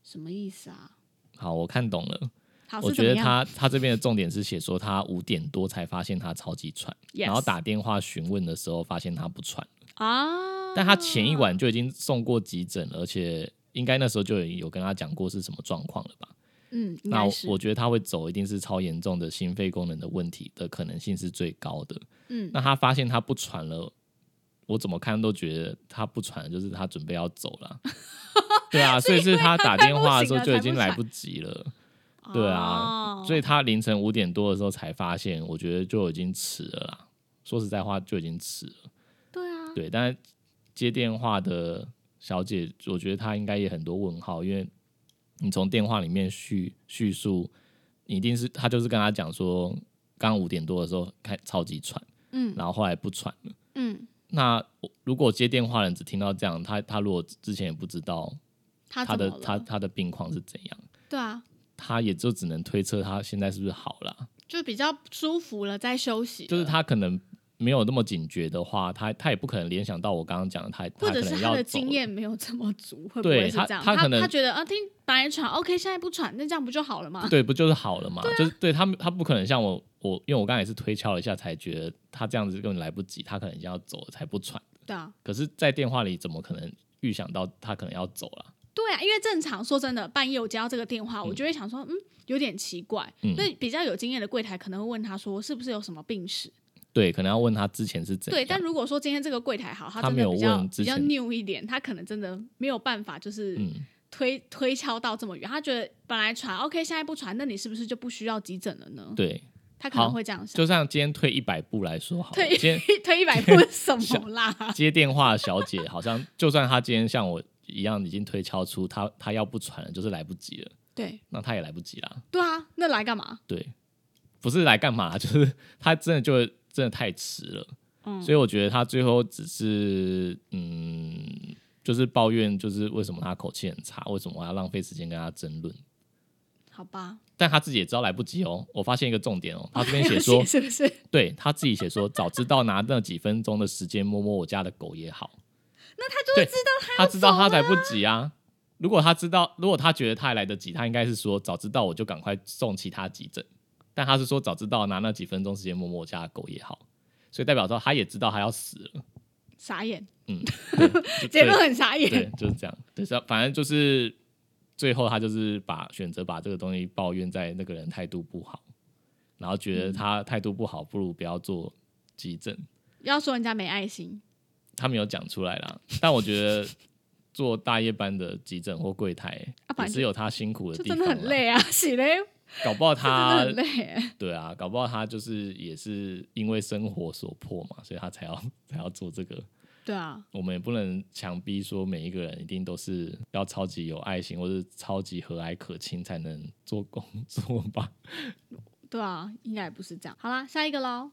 A: 什么意思啊？
B: 好，我看懂了。
A: 好，
B: 我
A: 是怎
B: 觉
A: 么
B: 得
A: 样？
B: 他他这边的重点是写说他五点多才发现他超级喘
A: Yes
B: 然后打电话询问的时候发现他不喘，
A: 啊，
B: 但他前一晚就已经送过急诊了，而且应该那时候就有跟他讲过是什么状况了吧？
A: 嗯，应
B: 那
A: 该
B: 我
A: 是
B: 我觉得他会走一定是超严重的心肺功能的问题的可能性是最高的。
A: 嗯
B: 那他发现他不喘了，我怎么看都觉得他不喘了，就是他准备要走了。对 啊，所以是他打电话
A: 啊
B: 的时候就已经来不及了。对啊
A: 哦
B: 所以他凌晨五点多的时候才发现，我觉得就已经迟了啦。说实在话，就已经迟了。
A: 对啊，
B: 对，但是接电话的小姐，我觉得她应该也很多问号，因为你从电话里面叙叙述，你一定是她就是跟她讲说，刚刚五点多的时候开超级喘，
A: 嗯
B: 然后后来不喘了。
A: 嗯，
B: 那我如果接电话的人只听到这样，他他如果之前也不知道
A: 他
B: 他
A: 怎
B: 的
A: 么了
B: 他他的病况是怎样，
A: 对啊，
B: 他也就只能推测他现在是不是好了。
A: 就比较舒服了，在休息了，
B: 就是他可能没有那么警觉的话，他他也不可能联想到我刚刚讲的，他
A: 或
B: 他
A: 者
B: 可
A: 是
B: 能
A: 他
B: 要
A: 的
B: 走
A: 经
B: 了。
A: 验没有这么足，会不
B: 对
A: 会是
B: 他
A: 这样？
B: 他可能
A: 他觉得啊，听本来喘，OK，现在不喘，那这样不就好了吗？
B: 对，不就是好了嘛？
A: 啊
B: 就是对他，他不可能像我，我因为我刚才也是推敲了一下，才觉得他这样子根本来不及，他可能已经要走了才不喘。
A: 对啊，
B: 可是，在电话里怎么可能预想到他可能要走了？
A: 对啊，因为正常说真的，半夜我接到这个电话，我就会想说，嗯，有点奇怪。
B: 嗯
A: 所以比较有经验的柜台可能会问他说，是不是有什么病史？
B: 对，可能要问他之前是怎
A: 对，
B: 样。
A: 但如果说今天这个柜台好，
B: 他
A: 真
B: 没
A: 的
B: 有
A: 比较
B: 问之
A: 比较
B: 前
A: new 一点，他可能真的没有办法就是
B: 嗯，
A: 推、推敲到这么远。他觉得本来传 OK，现在不传，那你是不是就不需要急诊了呢？
B: 对，
A: 他可能
B: 好
A: 会这样想。
B: 就像今天退一百步来说好了，
A: 退
B: 今天
A: 推一百步是什么 啦？
B: 接电话的小姐好像，就算她今天像我一样已经推敲出她她要不传了，就是来不及了，
A: 对
B: 那她也来不及啦。
A: 对啊，那来干嘛？
B: 对，不是来干嘛， 就是她真的就真的太迟了。
A: 嗯
B: 所以我觉得她最后只是嗯，就是抱怨，就是为什么她口气很差，为什么我要浪费时间跟她争论。
A: 好吧，
B: 但她自己也知道来不及哦。我发现一个重点哦，她 这边
A: 还有
B: 写说，
A: 是不是？
B: 对她自己写说，早知道拿那几分钟的时间摸摸我家的狗也好。
A: 那他就会
B: 对
A: 知道
B: 他知道他来不及啊。如果他知道，如果他觉得他还来得及，他应该是说早知道我就赶快送其他急诊。但他是说早知道拿那几分钟时间摸摸我家的狗也好，所以代表说他也知道他要死 了。
A: 傻眼，
B: 就
A: 结论很傻
B: 对
A: 眼。
B: 对，就是这样。对，是反正就是最后他就是把选择把这个东西抱怨在那个人态度不好，然后觉得他态度不好，不如不要做急诊。
A: 要说人家没爱心，
B: 他没有讲出来啦，但我觉得做大夜班的急诊或柜台
A: 啊反正
B: 也是有他辛苦的
A: 就
B: 地方，
A: 真的很，累啊， 洗嘞，
B: 搞不好
A: 真的
B: 他
A: 很累。
B: 对啊，搞不好他就是也是因为生活所迫嘛，所以他才要 才要做这个。
A: 对啊，
B: 我们也不能强逼说每一个人一定都是要超级有爱心或者超级和蔼可亲才能做工作吧？
A: 对啊，应该也不是这样。好啦，下一个喽。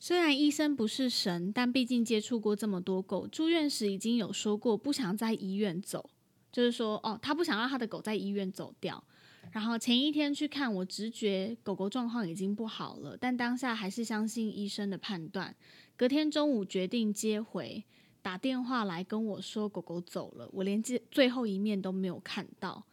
A: 虽然医生不是神，但毕竟接触过这么多狗，住院时已经有说过不想在医院走。就是说哦，他不想让他的狗在医院走掉。然后前一天去看，我直觉狗狗状况已经不好了，但当下还是相信医生的判断。隔天中午决定接回，打电话来跟我说狗狗走了，我连接最后一面都没有看到。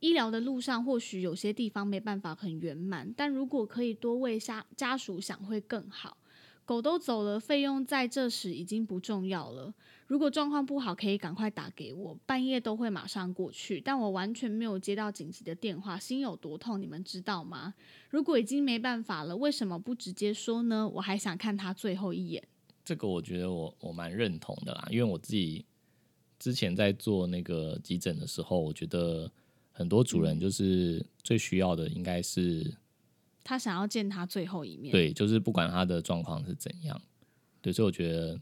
A: 医疗的路上，或许有些地方没办法很圆满，但如果可以多为家家属想，会更好。狗都走了，费用在这时已经不重要了。如果状况不好，可以赶快打给我，半夜都会马上过去。但我完全没有接到紧急的电话，心有多痛，你们知道吗？如果已经没办法了，为什么不直接说呢？我还想看他最后一眼。
B: 这个我觉得我我蛮认同的啦，因为我自己之前在做那个急诊的时候，我觉得很多主
A: 嗯
B: 人就是最需要的应该是
A: 他想要见他最后一面。
B: 对，就是不管他的状况是怎样，对，所以我觉得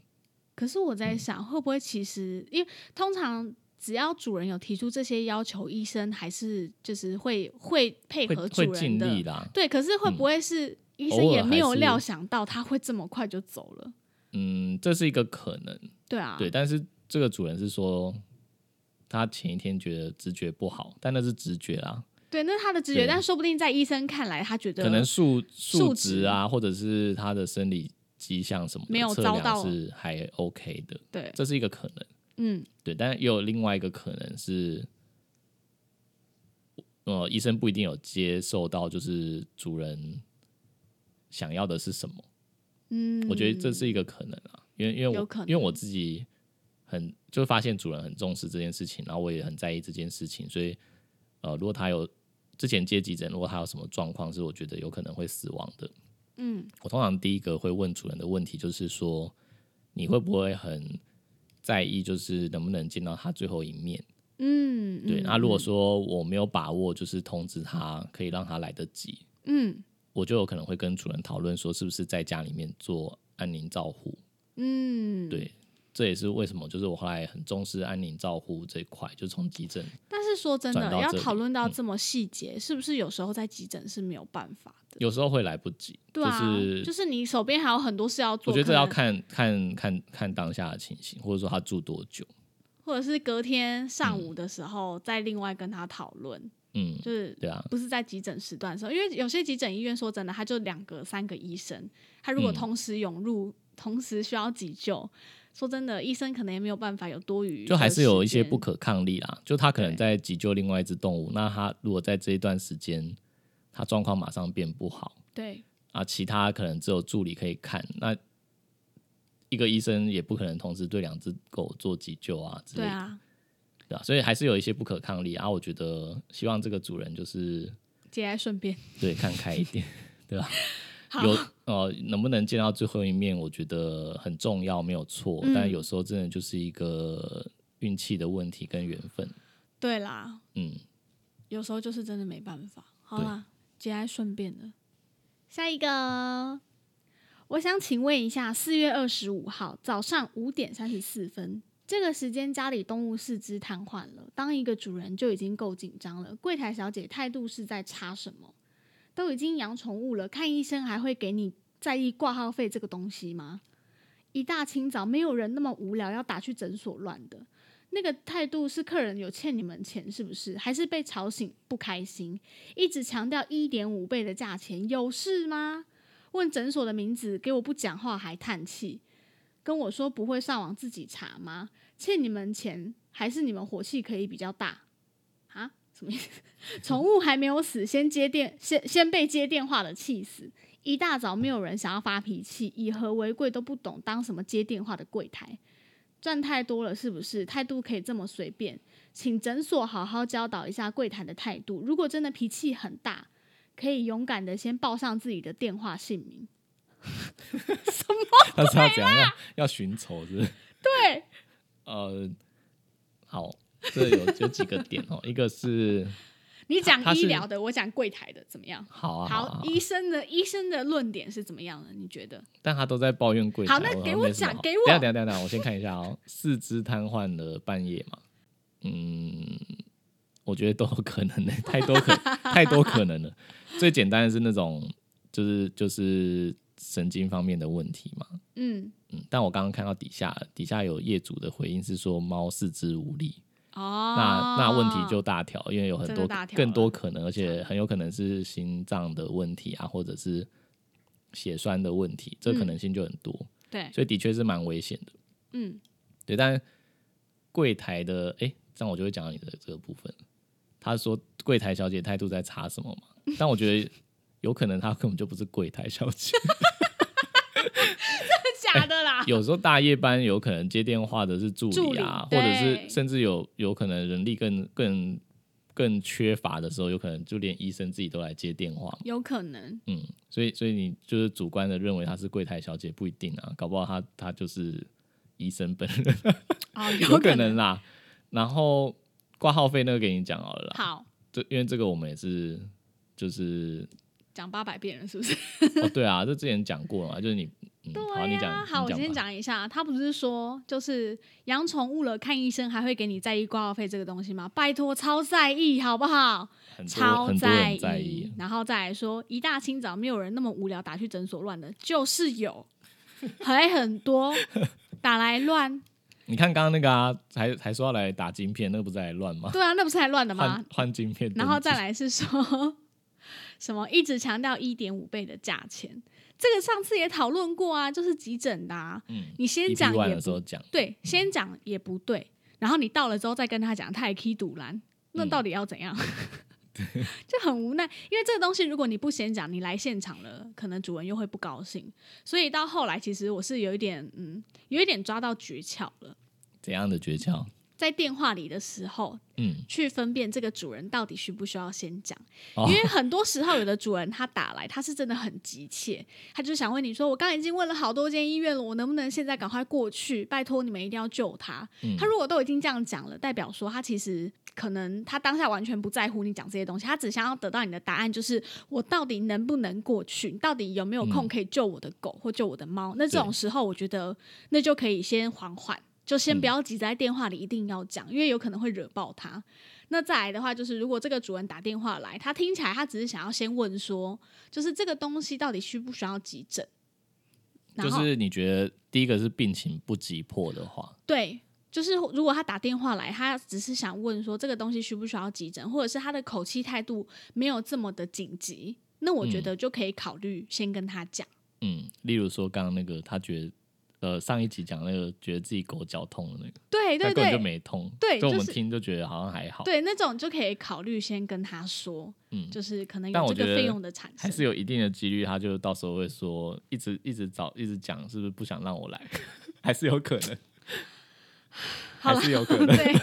A: 可是我
B: 嗯
A: 在想，会不会其实因为通常只要主人有提出这些要求，医生还是就是会会配
B: 会
A: 合
B: 会
A: 主人
B: 尽力
A: 的。
B: 啦，
A: 对，可是会不会是、医生
B: 偶尔
A: 也没有
B: 还是
A: 料想到他会这么快就走了？
B: 嗯，这是一个可能，
A: 对啊，
B: 对，但是这个主人是说他前一天觉得直觉不好，但那是直觉啦，
A: 对，那是他的直觉，
B: 对
A: 但说不定在医生看来，他觉得
B: 可能数
A: 数
B: 数
A: 值
B: 值啊，或者是他的生理迹象什么的
A: 没有
B: 测
A: 遭
B: 量
A: 到
B: 是还 OK 的，
A: 对，
B: 这是一个可能。
A: 嗯，
B: 对，但也有另外一个可能是，呃，医生不一定有接受到，就是主人想要的是什么。嗯，我觉得这是一个可能啊，因为因为
A: 有
B: 我
A: 可能
B: 因为我自己很就发现主人很重视这件事情，然后我也很在意这件事情，所以呃，如果他有之前接急诊，如果他有什么状况是我觉得有可能会死亡的，嗯，我通常第一个会问主人的问题就是说，你会不会很在意，就是能不能见到他最后一面？
A: 嗯，
B: 对，
A: 嗯
B: 那如果说我没有把握，就是通知他可以让他来得及，
A: 嗯
B: 我就有可能会跟主人讨论说，是不是在家里面做安宁照护？
A: 嗯，
B: 对，这也是为什么，就是我后来很重视安宁照护这一块，就从急诊
A: 但是说真的
B: 转，到
A: 要
B: 这里嗯
A: 讨论到这么细节，是不是有时候在急诊是没有办法的？
B: 有时候会来不及，
A: 对啊，
B: 就是
A: 就是你手边还有很多事要做，
B: 我觉得这要
A: 可能，
B: 看看看看当下的情形，或者说他住多久。
A: 或者是隔天上午的时候再另外跟他讨论，
B: 嗯，
A: 就是
B: 对啊，
A: 不是在急诊时段的时候，因为有些急诊医院说真的，他就两个、三个医生，他如果
B: 嗯
A: 同时涌入，同时需要急救，说真的，医生可能也没有办法有多余的时间，
B: 就还是有一些不可抗力啦。就他可能在急救另外一只动物，那他如果在这一段时间他状况马上变不好
A: 对，
B: 啊，其他可能只有助理可以看，那一个医生也不可能同时对两只狗做急救啊之类
A: 对
B: 的，
A: 啊，
B: 对啊所以还是有一些不可抗力啊。我觉得希望这个主人就是
A: 节哀顺变。
B: 对看开一点，对吧、
A: 好，
B: 有呃，能不能见到最后一面，我觉得很重要，没有错。
A: 嗯
B: 但有时候真的就是一个运气的问题跟缘分。
A: 对啦，
B: 嗯，
A: 有时候就是真的没办法。好啦，节哀顺变的。下一个，我想请问一下，四月二十五号早上五点三十四分，这个时间家里动物四肢瘫痪了，当一个主人就已经够紧张了，柜台小姐态度是在差什么？都已经养宠物了，看医生还会给你在意挂号费这个东西吗？一大清早没有人那么无聊要打去诊所乱的，那个态度是客人有欠你们钱是不是？还是被吵醒不开心？一直强调一点五倍的价钱，有事吗？问诊所的名字，给我不讲话还叹气，跟我说不会上网自己查吗？欠你们钱还是你们火气可以比较大啊？什么意思？ 宠物还没有死，先接电，先先被接电话的气死。一大早没有人想要发脾气，以和为贵都不懂当什么接电话的柜台。赚太多了是不是？态度可以这么随便？请诊所好好教导一下柜台的态度。如果真的脾气很大，可以勇敢的先报上自己的电话姓名。
B: 那是要怎样？要要寻仇是不是？
A: 对，
B: 呃，好，这有有几个点哦，一个是
A: 你讲
B: 他他
A: 医
B: 是
A: 疗的，我讲柜台的，怎么样？
B: 好啊，好啊
A: 好，，医生的医生的论点是怎么样的？你觉得？
B: 但他都在抱怨柜台。
A: 好那
B: 我
A: 给
B: 好像
A: 我
B: 没什么
A: 讲
B: 好
A: 给
B: 等
A: 我
B: 一下等一下等一下，我先看一下哦。四肢瘫痪了半夜嘛，嗯，我觉得都有可能的、 太多 可太多可能了。最简单的是那种，就是就是神经方面的问题嘛。
A: 嗯，
B: 嗯，但我刚刚看到底下底下有业主的回应是说猫四肢无力，
A: 哦，
B: 那那问题就大条，因为有很
A: 真的
B: 多
A: 哦大条了
B: 更多可能，而且很有可能是心脏的问题啊，或者是血栓的问题，这可
A: 嗯
B: 能性就很多，
A: 对，
B: 所以的确是蛮危险的。
A: 嗯，
B: 对，但柜台的，诶，这样我就会讲到你的这个部分。他说柜台小姐态度在查什么嘛？但我觉得有可能她根本就不是柜台小姐。
A: 假的 啦，
B: 有时候大夜班有可能接电话的是助理啊，
A: 助理
B: 或者
A: 对
B: 是甚至有有可能人力更更更缺乏的时候，有可能就连医生自己都来接电话嘛。
A: 有可能，
B: 嗯，所以所以你就是主观的认为她是柜台小姐不一定啊，搞不好她她就是医生本人，
A: 哦，
B: 有
A: 可
B: 可能啦。然后挂号费那个给你讲好了啦，
A: 好，
B: 这因为这个我们也是就是
A: 讲八百遍了，是不是？
B: 哦对啊，这之前讲过了嘛，就是你嗯，好你讲，
A: 啊，好，
B: 你
A: 我先
B: 吧。
A: 讲一下，他不是说就是养宠物了看医生还会给你在意挂号费这个东西吗？拜托，超在意，好不好？
B: 很多
A: 超
B: 很多人
A: 意，
B: 在意，啊
A: 然后再来说，一大清早没有人那么无聊打去诊所乱的，就是有，还很多打来乱，
B: 你看刚刚那个啊，还还说要来打晶片，那个不是来乱吗？
A: 对啊，那不是还乱的吗
B: 换？换晶片，
A: 然后再来是说什么一直强调一点五倍的价钱，这个上次也讨论过啊，就是急诊的、啊，
B: 嗯，
A: 你先
B: EP
A: 讲
B: one
A: 也
B: 的
A: 不
B: 时候讲，
A: 对，先讲也不对，然后你到了之后再跟他讲，他还可以堵拦，那
B: 嗯
A: 到底要怎 样？ 就很无奈，因为这个东西如果你不先讲，你来现场了，可能主人又会不高兴。所以到后来，其实我是有一点，嗯，有一点抓到诀窍了，
B: 怎样的诀窍？
A: 在电话里的时候
B: 嗯，
A: 去分辨这个主人到底需不需要先讲。
B: 哦
A: 因，为很多时候有的主人他打来，他是真的很急切，他就想问你说，我刚刚已经问了好多间医院了，我能不能现在赶快过去？拜托你们一定要救他。
B: 嗯
A: 他如果都已经这样讲了，代表说他其实可能他当下完全不在乎你讲这些东西，他只想要得到你的答案，就是我到底能不能过去，你到底有没有空
B: 嗯
A: 可以救我的狗或救我的猫？那这种
B: 对
A: 时候，我觉得那就可以先缓缓。就先
B: 嗯
A: 不要急着在电话里一定要讲，因为有可能会惹爆他。那再来的话，就是如果这个主人打电话来，他听起来他只是想要先问说，就是这个东西到底需不需要急诊？然
B: 就
A: 后
B: 是你觉得第一个是病情不急迫的话，
A: 对，就是如果他打电话来，他只是想问说这个东西需不需要急诊，或者是他的口气态度没有这么的紧急，那我觉得就可以考虑先跟他讲。
B: 嗯，例如说刚刚那个，他觉得呃上一集讲那个觉得自己狗脚痛的那个，
A: 对
B: 他
A: 对
B: 根本就
A: 对。
B: 没痛，
A: 对
B: 就我
A: 就
B: 们
A: 是
B: 听就觉得好像还好，
A: 对，那种就可以考虑先跟他说，
B: 嗯，
A: 就是可能
B: 但
A: 有
B: 我
A: 这
B: 觉
A: 个
B: 得
A: 费用的产
B: 还
A: 生
B: 是。有一定的几率，他就到时候会说一直一直找一直讲，是不是不想让我来？ 还是有可能，
A: 好
B: 还
A: 啦
B: 是有 可能。
A: 对，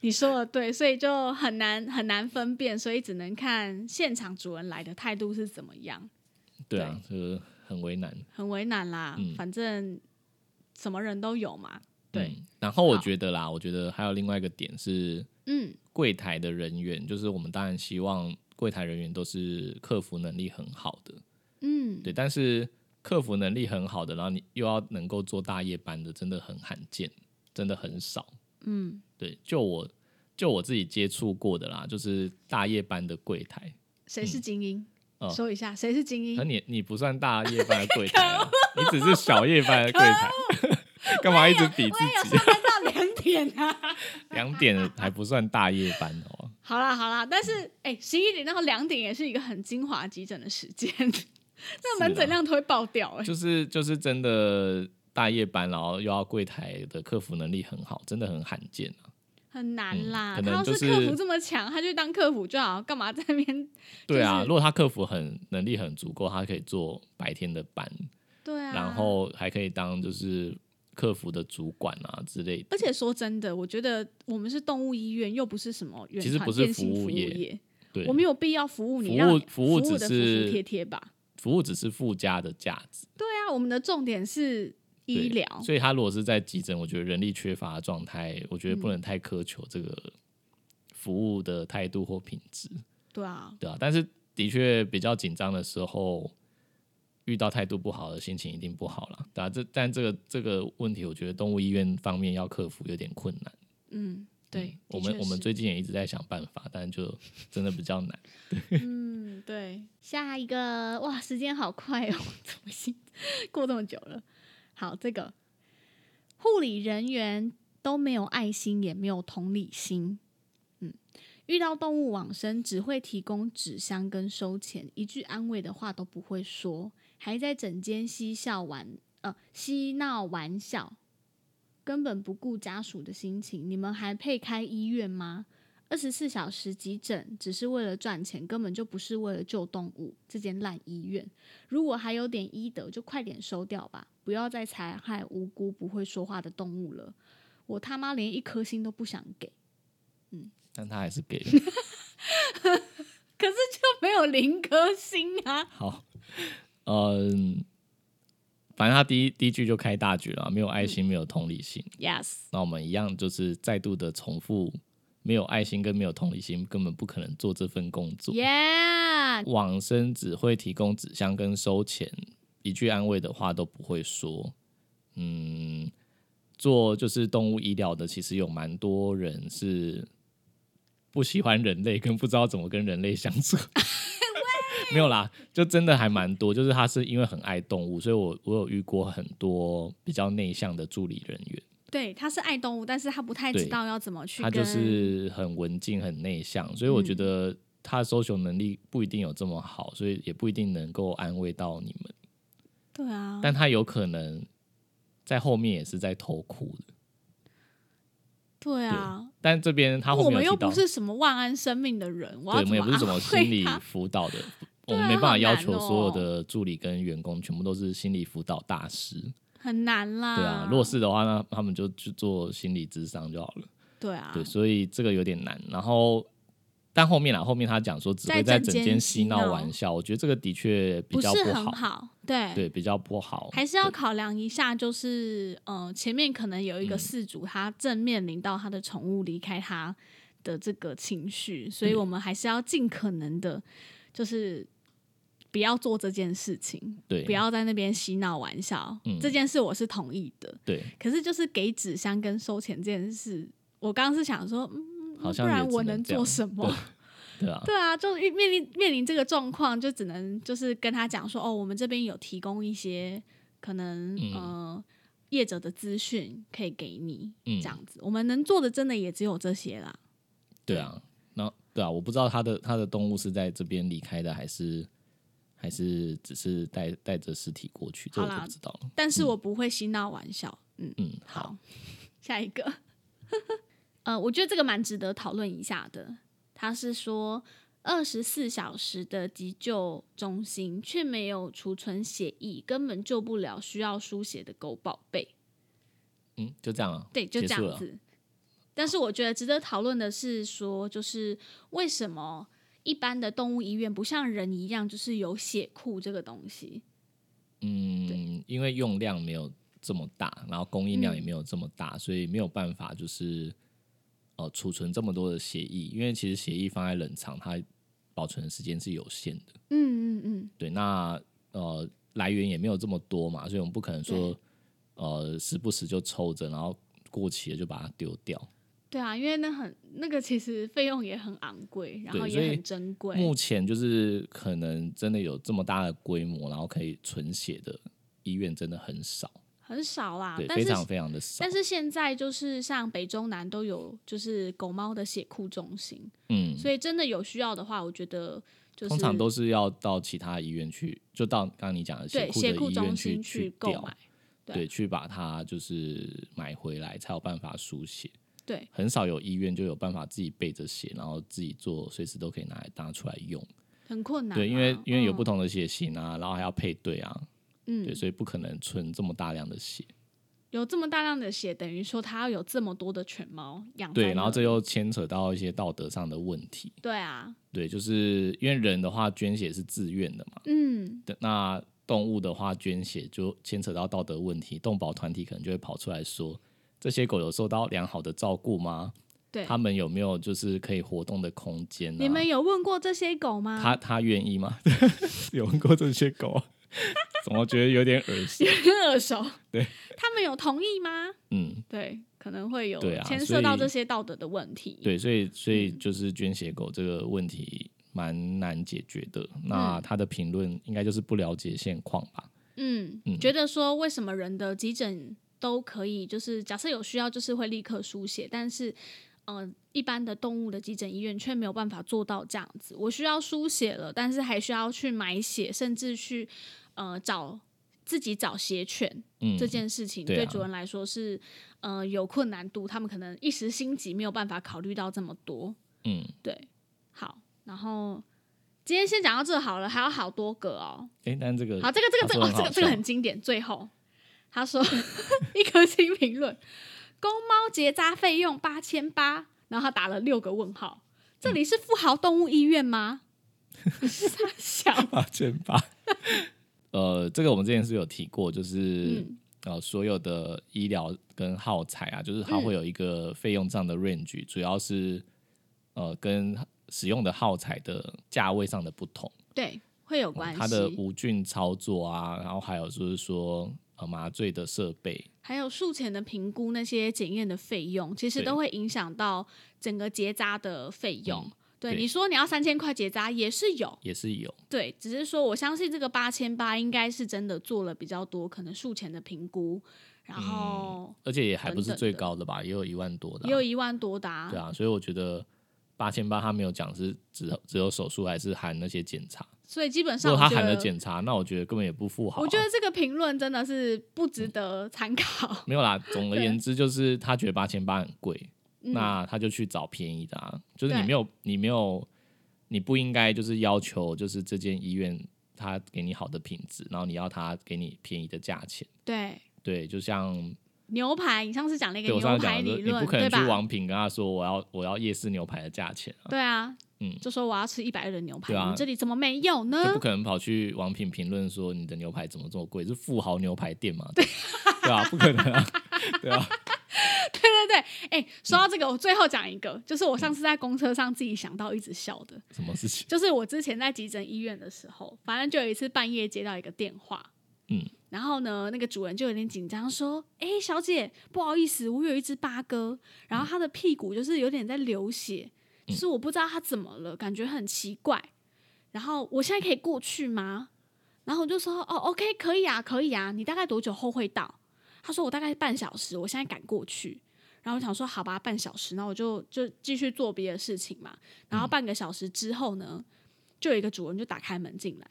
A: 你说的对，所以就很难很难分辨，所以只能看现场主人来的态度是怎么样，
B: 对啊，就是很为难。
A: 很为难啦。
B: 嗯
A: 反正什么人都有嘛。对，
B: 嗯然后我
A: 好
B: 觉得啦，我觉得还有另外一个点是
A: 嗯，
B: 柜台的人员，就是我们当然希望柜台人员都是客服能力很好的，
A: 嗯，
B: 对，但是客服能力很好的，然后你又要能够做大夜班的，真的很罕见，真的很少。
A: 嗯，
B: 对，就我就我自己接触过的啦，就是大夜班的柜台，
A: 谁是精英？
B: 哦
A: 说一下，谁是精
B: 那
A: 英？
B: 你你不算大夜班的柜 台、啊，你只是小夜班的柜台， 干嘛一直比自己？
A: 上班到两点啊！
B: 两点还不算大夜班哦。
A: 好啦好啦，但是哎，十一点到两点也是一个很精华急诊的时间， 那门诊量都会爆掉哎、
B: 就是就是真的大夜班，然后又要柜台的客服能力很好，真的很罕见啊。
A: 很难啦。
B: 嗯可
A: 他
B: 能
A: 要
B: 就是是
A: 客服这么强，他就当客服就好，干嘛在那边？
B: 对啊，
A: 就是
B: 如果他客服很能力很足够，他可以做白天的班，
A: 对啊，
B: 然后还可以当就是客服的主管啊之类的。
A: 而且说真的，我觉得我们是动物医院，又不是什么原
B: 其实
A: 团
B: 不是
A: 电信
B: 服
A: 服
B: 务业
A: 业，
B: 对
A: 我，们有必要服务你，
B: 服务
A: 让你
B: 服务只
A: 的服服
B: 是
A: 帖帖吧？
B: 服务只是附加的价值。
A: 对啊，我们的重点是医
B: 对
A: 疗，
B: 所以他如果是在急诊，我觉得人力缺乏的状态，我觉得
A: 嗯
B: 不能太苛求这个服务的态度或品质，
A: 对啊，
B: 对啊，但是的确比较紧张的时候，遇到态度不好的心情一定不好了，对啊，这但这个这个问题，我觉得动物医院方面要克服有点困难。
A: 嗯，对，
B: 我
A: 的确
B: 们我们
A: 是
B: 最近也一直在想办法，但就真的比较难。
A: 嗯对，下一个哇，时间好快哦，怎么已经过这么久了？好，这个护理人员。都没有爱心，也没有同理心。嗯，遇到动物往生，只会提供纸箱跟收钱，一句安慰的话都不会说，还在整间嬉笑玩呃嬉闹玩笑，根本不顾家属的心情。你们还配开医院吗？二十四小时急诊只是为了赚钱，根本就不是为了救动物。这间烂医院，如果还有点医德，就快点收掉吧，不要再残害无辜不会说话的动物了。我他妈连一颗星都不想给，
B: 但他还是给了。
A: 可是就没有零颗星啊！
B: 好，嗯，反正他第一第一句就开大局了，没有爱心，没有同理心。
A: Yes，
B: 那我们一样就是再度的重复，没有爱心跟没有同理心，根本不可能做这份工作。
A: yeah，
B: 往生只会提供纸箱跟收钱，一句安慰的话都不会说。嗯，做就是动物医疗的，其实有蛮多人是不喜欢人类，跟不知道怎么跟人类相处。没有啦，就真的还蛮多，就是他是因为很爱动物，所以我我有遇过很多比较内向的助理人员，
A: 对，他是爱动物，但是他不太知
B: 对
A: 道要怎么去
B: 他
A: 跟，嗯
B: 就是很文静、很内向，所以我觉得他的 social 能力不一定有这么好，所以也不一定能够安慰到你们。
A: 对啊，
B: 但他有可能在后面也是在偷哭的。
A: 对啊，
B: 但这边他后
A: 我
B: 面
A: 们
B: 有
A: 又
B: 提到，
A: 不是什么万安生命的人，我要
B: 对，我
A: 怎
B: 们也不是什么
A: 安慰
B: 心理
A: 他
B: 辅导 的，我
A: 对啊
B: 们没办法要
A: 好
B: 求
A: 难哦
B: 所有的助理跟员工全部都是心理辅导大师。
A: 很难啦，
B: 对啊，如果是的话，那他们就去做心理智商就好了。
A: 对啊，
B: 对，所以这个有点难。然后，但后面啦，后面他讲说只会
A: 在
B: 在
A: 整
B: 整
A: 间
B: 间
A: 嬉
B: 嬉闹
A: 闹
B: 玩笑，我觉得这个的确比
A: 不
B: 较
A: 是很
B: 好，
A: 好，对
B: 对，比较不好。
A: 还是要考量一下，就是呃，前面可能有一个
B: 嗯
A: 饲主，他正面临到他的宠物离开他的这个情绪，所以
B: 对
A: 我们还是要尽可能的，就是不要做这件事情，
B: 对
A: 不要在那边嬉闹玩笑。
B: 嗯
A: 这件事我是同意的，
B: 对，
A: 可是就是给纸箱跟收钱这件事，我刚刚是想说，嗯，
B: 好
A: 不
B: 像也
A: 然
B: 只
A: 我
B: 能
A: 能
B: 这样
A: 做什么？
B: 对啊，
A: 对啊，就遇面临面临这个状况，就只能就是跟他讲说，哦，我们这边有提供一些可能、
B: 嗯
A: 呃业者的资讯可以给你、
B: 嗯
A: 这样子，我们能做的真的也只有这些啦。
B: 对啊，那对啊，我不知道他的他的动物是在这边离开的，还是还是只是带带着尸体过去，这
A: 好
B: 我
A: 啦
B: 就不知道了。
A: 但是我不会嬉闹玩笑，嗯，
B: 嗯，
A: 好，下一个， 呃，我觉得这个蛮值得讨论一下的。他是说，二十四小时的急救中心却没有储存血液，根本救不了需要输血的狗宝贝。
B: 嗯，就这样啊。
A: 对，就
B: 结
A: 这
B: 束
A: 样
B: 了
A: 子。但是我觉得值得讨论的是说，就是为什么一般的动物医院不像人一样，就是有血库这个东西。
B: 嗯，因为用量没有这么大，然后供应量也
A: 嗯
B: 没有这么大，所以没有办法就是呃储存这么多的血液，因为其实血液放在冷藏，它保存的时间是有限的。
A: 嗯嗯嗯，
B: 对，那呃来源也没有这么多嘛，所以我们不可能说呃时不时就抽着，然后过期了就把它丢掉。
A: 对啊，因为那很那个其实费用也很昂贵，然后
B: 对所
A: 也
B: 以
A: 很珍贵。
B: 目前就是可能真的有这么大的规模，然后可以存血的医院真的很少，
A: 很少啦
B: 对，，
A: 啊但
B: 非
A: 是
B: 常非常的少
A: 但。是现在就是像北中南都有，就是狗猫的血库中心，
B: 嗯，
A: 所以真的有需要的话，我觉得就是
B: 通常都是要到其他医院去，就到刚刚你讲的
A: 对
B: 库
A: 血
B: 的
A: 库
B: 医院
A: 中心
B: 去
A: 购
B: 调
A: 买，，对
B: 对，去把它就是买回来才有办法输血。
A: 对，
B: 很少有医院就有办法自己备着血，然后自己做，随时都可以拿来拿出来用。
A: 很困难啊。
B: 对，因为因为有
A: 嗯
B: 不同的血型啊，然后还要配对啊，
A: 嗯
B: 对，所以不可能存这么大量的血。
A: 有这么大量的血，等于说他要有这么多的犬猫养在
B: 对，
A: 那
B: 然后这又牵扯到一些道德上的问题。
A: 对啊，
B: 对，就是因为人的话捐血是自愿的嘛，
A: 嗯，
B: 对那动物的话捐血就牵扯到道德问题，动保团体可能就会跑出来说，这些狗有受到良好的照顾吗？
A: 对。
B: 它们有没有就是可以活动的空间、啊？
A: 你们有问过这些狗吗？
B: 它它愿意吗？ 有问过这些狗啊？ 怎么觉得有点恶心？
A: 二手，
B: 对，
A: 他们有同意吗？
B: 嗯，
A: 对，可能会有
B: 对啊
A: 牵
B: 所
A: 涉
B: 以
A: 到这些道德的问题。
B: 对，所以所
A: 嗯
B: 以就是捐血狗这个问题蛮难解决的。
A: 嗯
B: 那他的评论应该就是不了解现况吧？
A: 嗯，觉得说为什么人的急诊都可以，就是假设有需要，就是会立刻输血，但是。呃，一般的动物的急诊医院却没有办法做到这样子。我需要输血了，但是还需要去买血，甚至去呃找自己找血犬、
B: 嗯，
A: 这件事情，
B: 对啊
A: 对主人来说是呃有困难度，他们可能一时心急没有办法考虑到这么多。
B: 嗯，
A: 对，好，然后今天先讲到这好了，还有好多个哦。
B: 哎、但这个
A: 好，这个这个这个、
B: 他
A: 哦、这
B: 说很好
A: 个这个
B: 笑
A: 很经典。最后他说 一颗星评论，公猫结扎费用八千八，然后他打了六个问号。这里是富豪动物医院吗？傻 笑，
B: 八千八，呃，这个我们之前是有提过，就是、
A: 嗯
B: 呃，所有的医疗跟耗材啊，就是它会有一个费用上的 range，、主要是呃跟使用的耗材的价位上的不同，
A: 对，会有
B: 呃
A: 关
B: 它的
A: 系。
B: 无菌操作啊，然后还有就是说呃麻醉的设备，
A: 还有术前的评估，那些检验的费用，其实
B: 对
A: 都会影响到整个结扎的费用
B: 嗯。
A: 对，
B: 对
A: 你说你要三千块结扎也是有，
B: 也是有，
A: 对，只是说我相信这个八千八应该是真的做了比较多，可能术前的评估，
B: 嗯
A: 然后
B: 而且也还不是
A: 等等的
B: 最高的吧，也有一万多的啊、
A: 也有一万多达、
B: 对啊，所以我觉得八千八他没有讲是只只有手术还是含那些检查。
A: 所以基本
B: 如
A: 上
B: 果
A: 我
B: 他
A: 觉
B: 含了
A: 得，
B: 检查，那我觉得根本也不富豪啊、
A: 我觉得这个评论真的是不值得参考。
B: 没有啦。总而
A: 对
B: 言之，就是他觉得八千八很贵，
A: 嗯
B: 那他就去找便宜的啊。就是你
A: 对
B: 没有，你没有，你不应该就是要求就是这间医院他给你好的品质，然后你要他给你便宜的价钱。
A: 对，
B: 对，就像
A: 牛排，你上次讲了一
B: 对
A: 个
B: 我
A: 牛
B: 上次讲
A: 排
B: 的说，
A: 理
B: 你
A: 论，
B: 不可能
A: 对
B: 去
A: 吧？
B: 王品跟他说我要我要夜市牛排的价钱啊，
A: 对啊，
B: 嗯
A: 就说我要吃一百二的牛排，
B: 对啊
A: 你这里怎么没有呢
B: 就？不可能跑去王品评论说你的牛排怎么这么贵，是富豪牛排店嘛？对对啊，不可能啊，对啊，
A: 哎、
B: 嗯
A: 说到这个，我最后讲一个，就是我上次在公车上自己想到一直笑的，
B: 什么事情？
A: 就是我之前在急诊医院的时候，反正就有一次半夜接到一个电话，
B: 嗯，
A: 然后呢，那个主人就有点紧张，说：“哎、小姐，不好意思，我有一只八哥，然后它的屁股就是有点在流血，
B: 嗯
A: 就是我不知道它怎么了，感觉很奇怪。然后我现在可以过去吗？”然后我就说：“哦，OK，可以啊，可以啊，你大概多久后会到？”他说：“我大概半小时，我现在赶过去。”然后我想说：“好吧，半小时。”然后我就就继续做别的事情嘛。然后
B: 嗯
A: 半个小时之后呢，就有一个主人就打开门进来，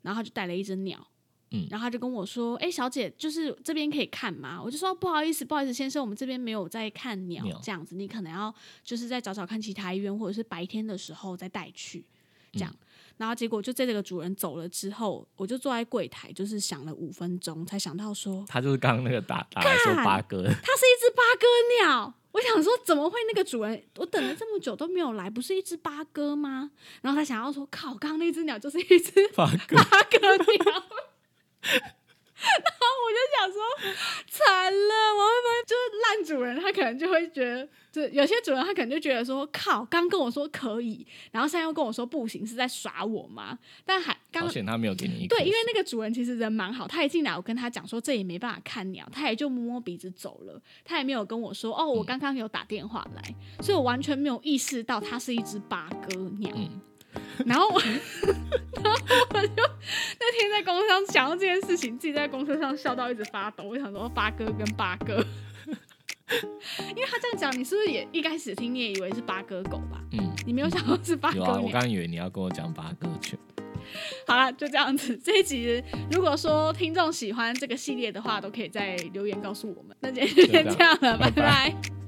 A: 然后他就带了一只鸟，
B: 嗯
A: 然后他就跟我说：“哎、小姐，就是这边可以看吗？”我就说：“不好意思，不好意思，先生，我们这边没有在看鸟，
B: 鸟
A: 这样子你可能要就是再找找看其他医院，或者是白天的时候再带去。”这
B: 嗯
A: 样，然后结果就在这个主人走了之后，我就坐在柜台，就是想了五分钟，才想到说
B: 他就是刚刚那个打打来说八哥，
A: 它是一只八哥鸟。我想说，怎么会那个主人，我等了这么久都没有来，不是一只八哥吗？然后他想要说，靠，刚刚那只鸟就是一只
B: 八哥
A: 八哥鸟。然后我就想说，惨了，我会不会就是烂主人？他可能就会觉得，就有些主人他可能就觉得说，靠，刚跟我说可以，然后现在又跟我说不行，是在耍我吗？但还刚
B: 好险他没有给你一颗
A: 对，因为那个主人其实人蛮好，他一进来，我跟他讲说这也没办法看鸟，他也就摸摸鼻子走了，他也没有跟我说哦，
B: 嗯
A: 我刚刚有打电话来，所以我完全没有意识到它是一只八哥鸟。
B: 嗯
A: 然后我，然后我就那天在公车上想到这件事情，自己在公车上笑到一直发抖。我想说八哥跟八哥， 因为他这样讲，你是不是也一开始听你也以为是八哥狗吧？
B: 嗯
A: 你没有想到是八哥
B: 有啊，
A: 鸟
B: 我。刚刚以为你要跟我讲八哥犬，
A: 好啦，就这样子。这一集如果说听众喜欢这个系列的话，都可以在留言告诉我们。那今天就先这样了，
B: 就这样
A: 拜拜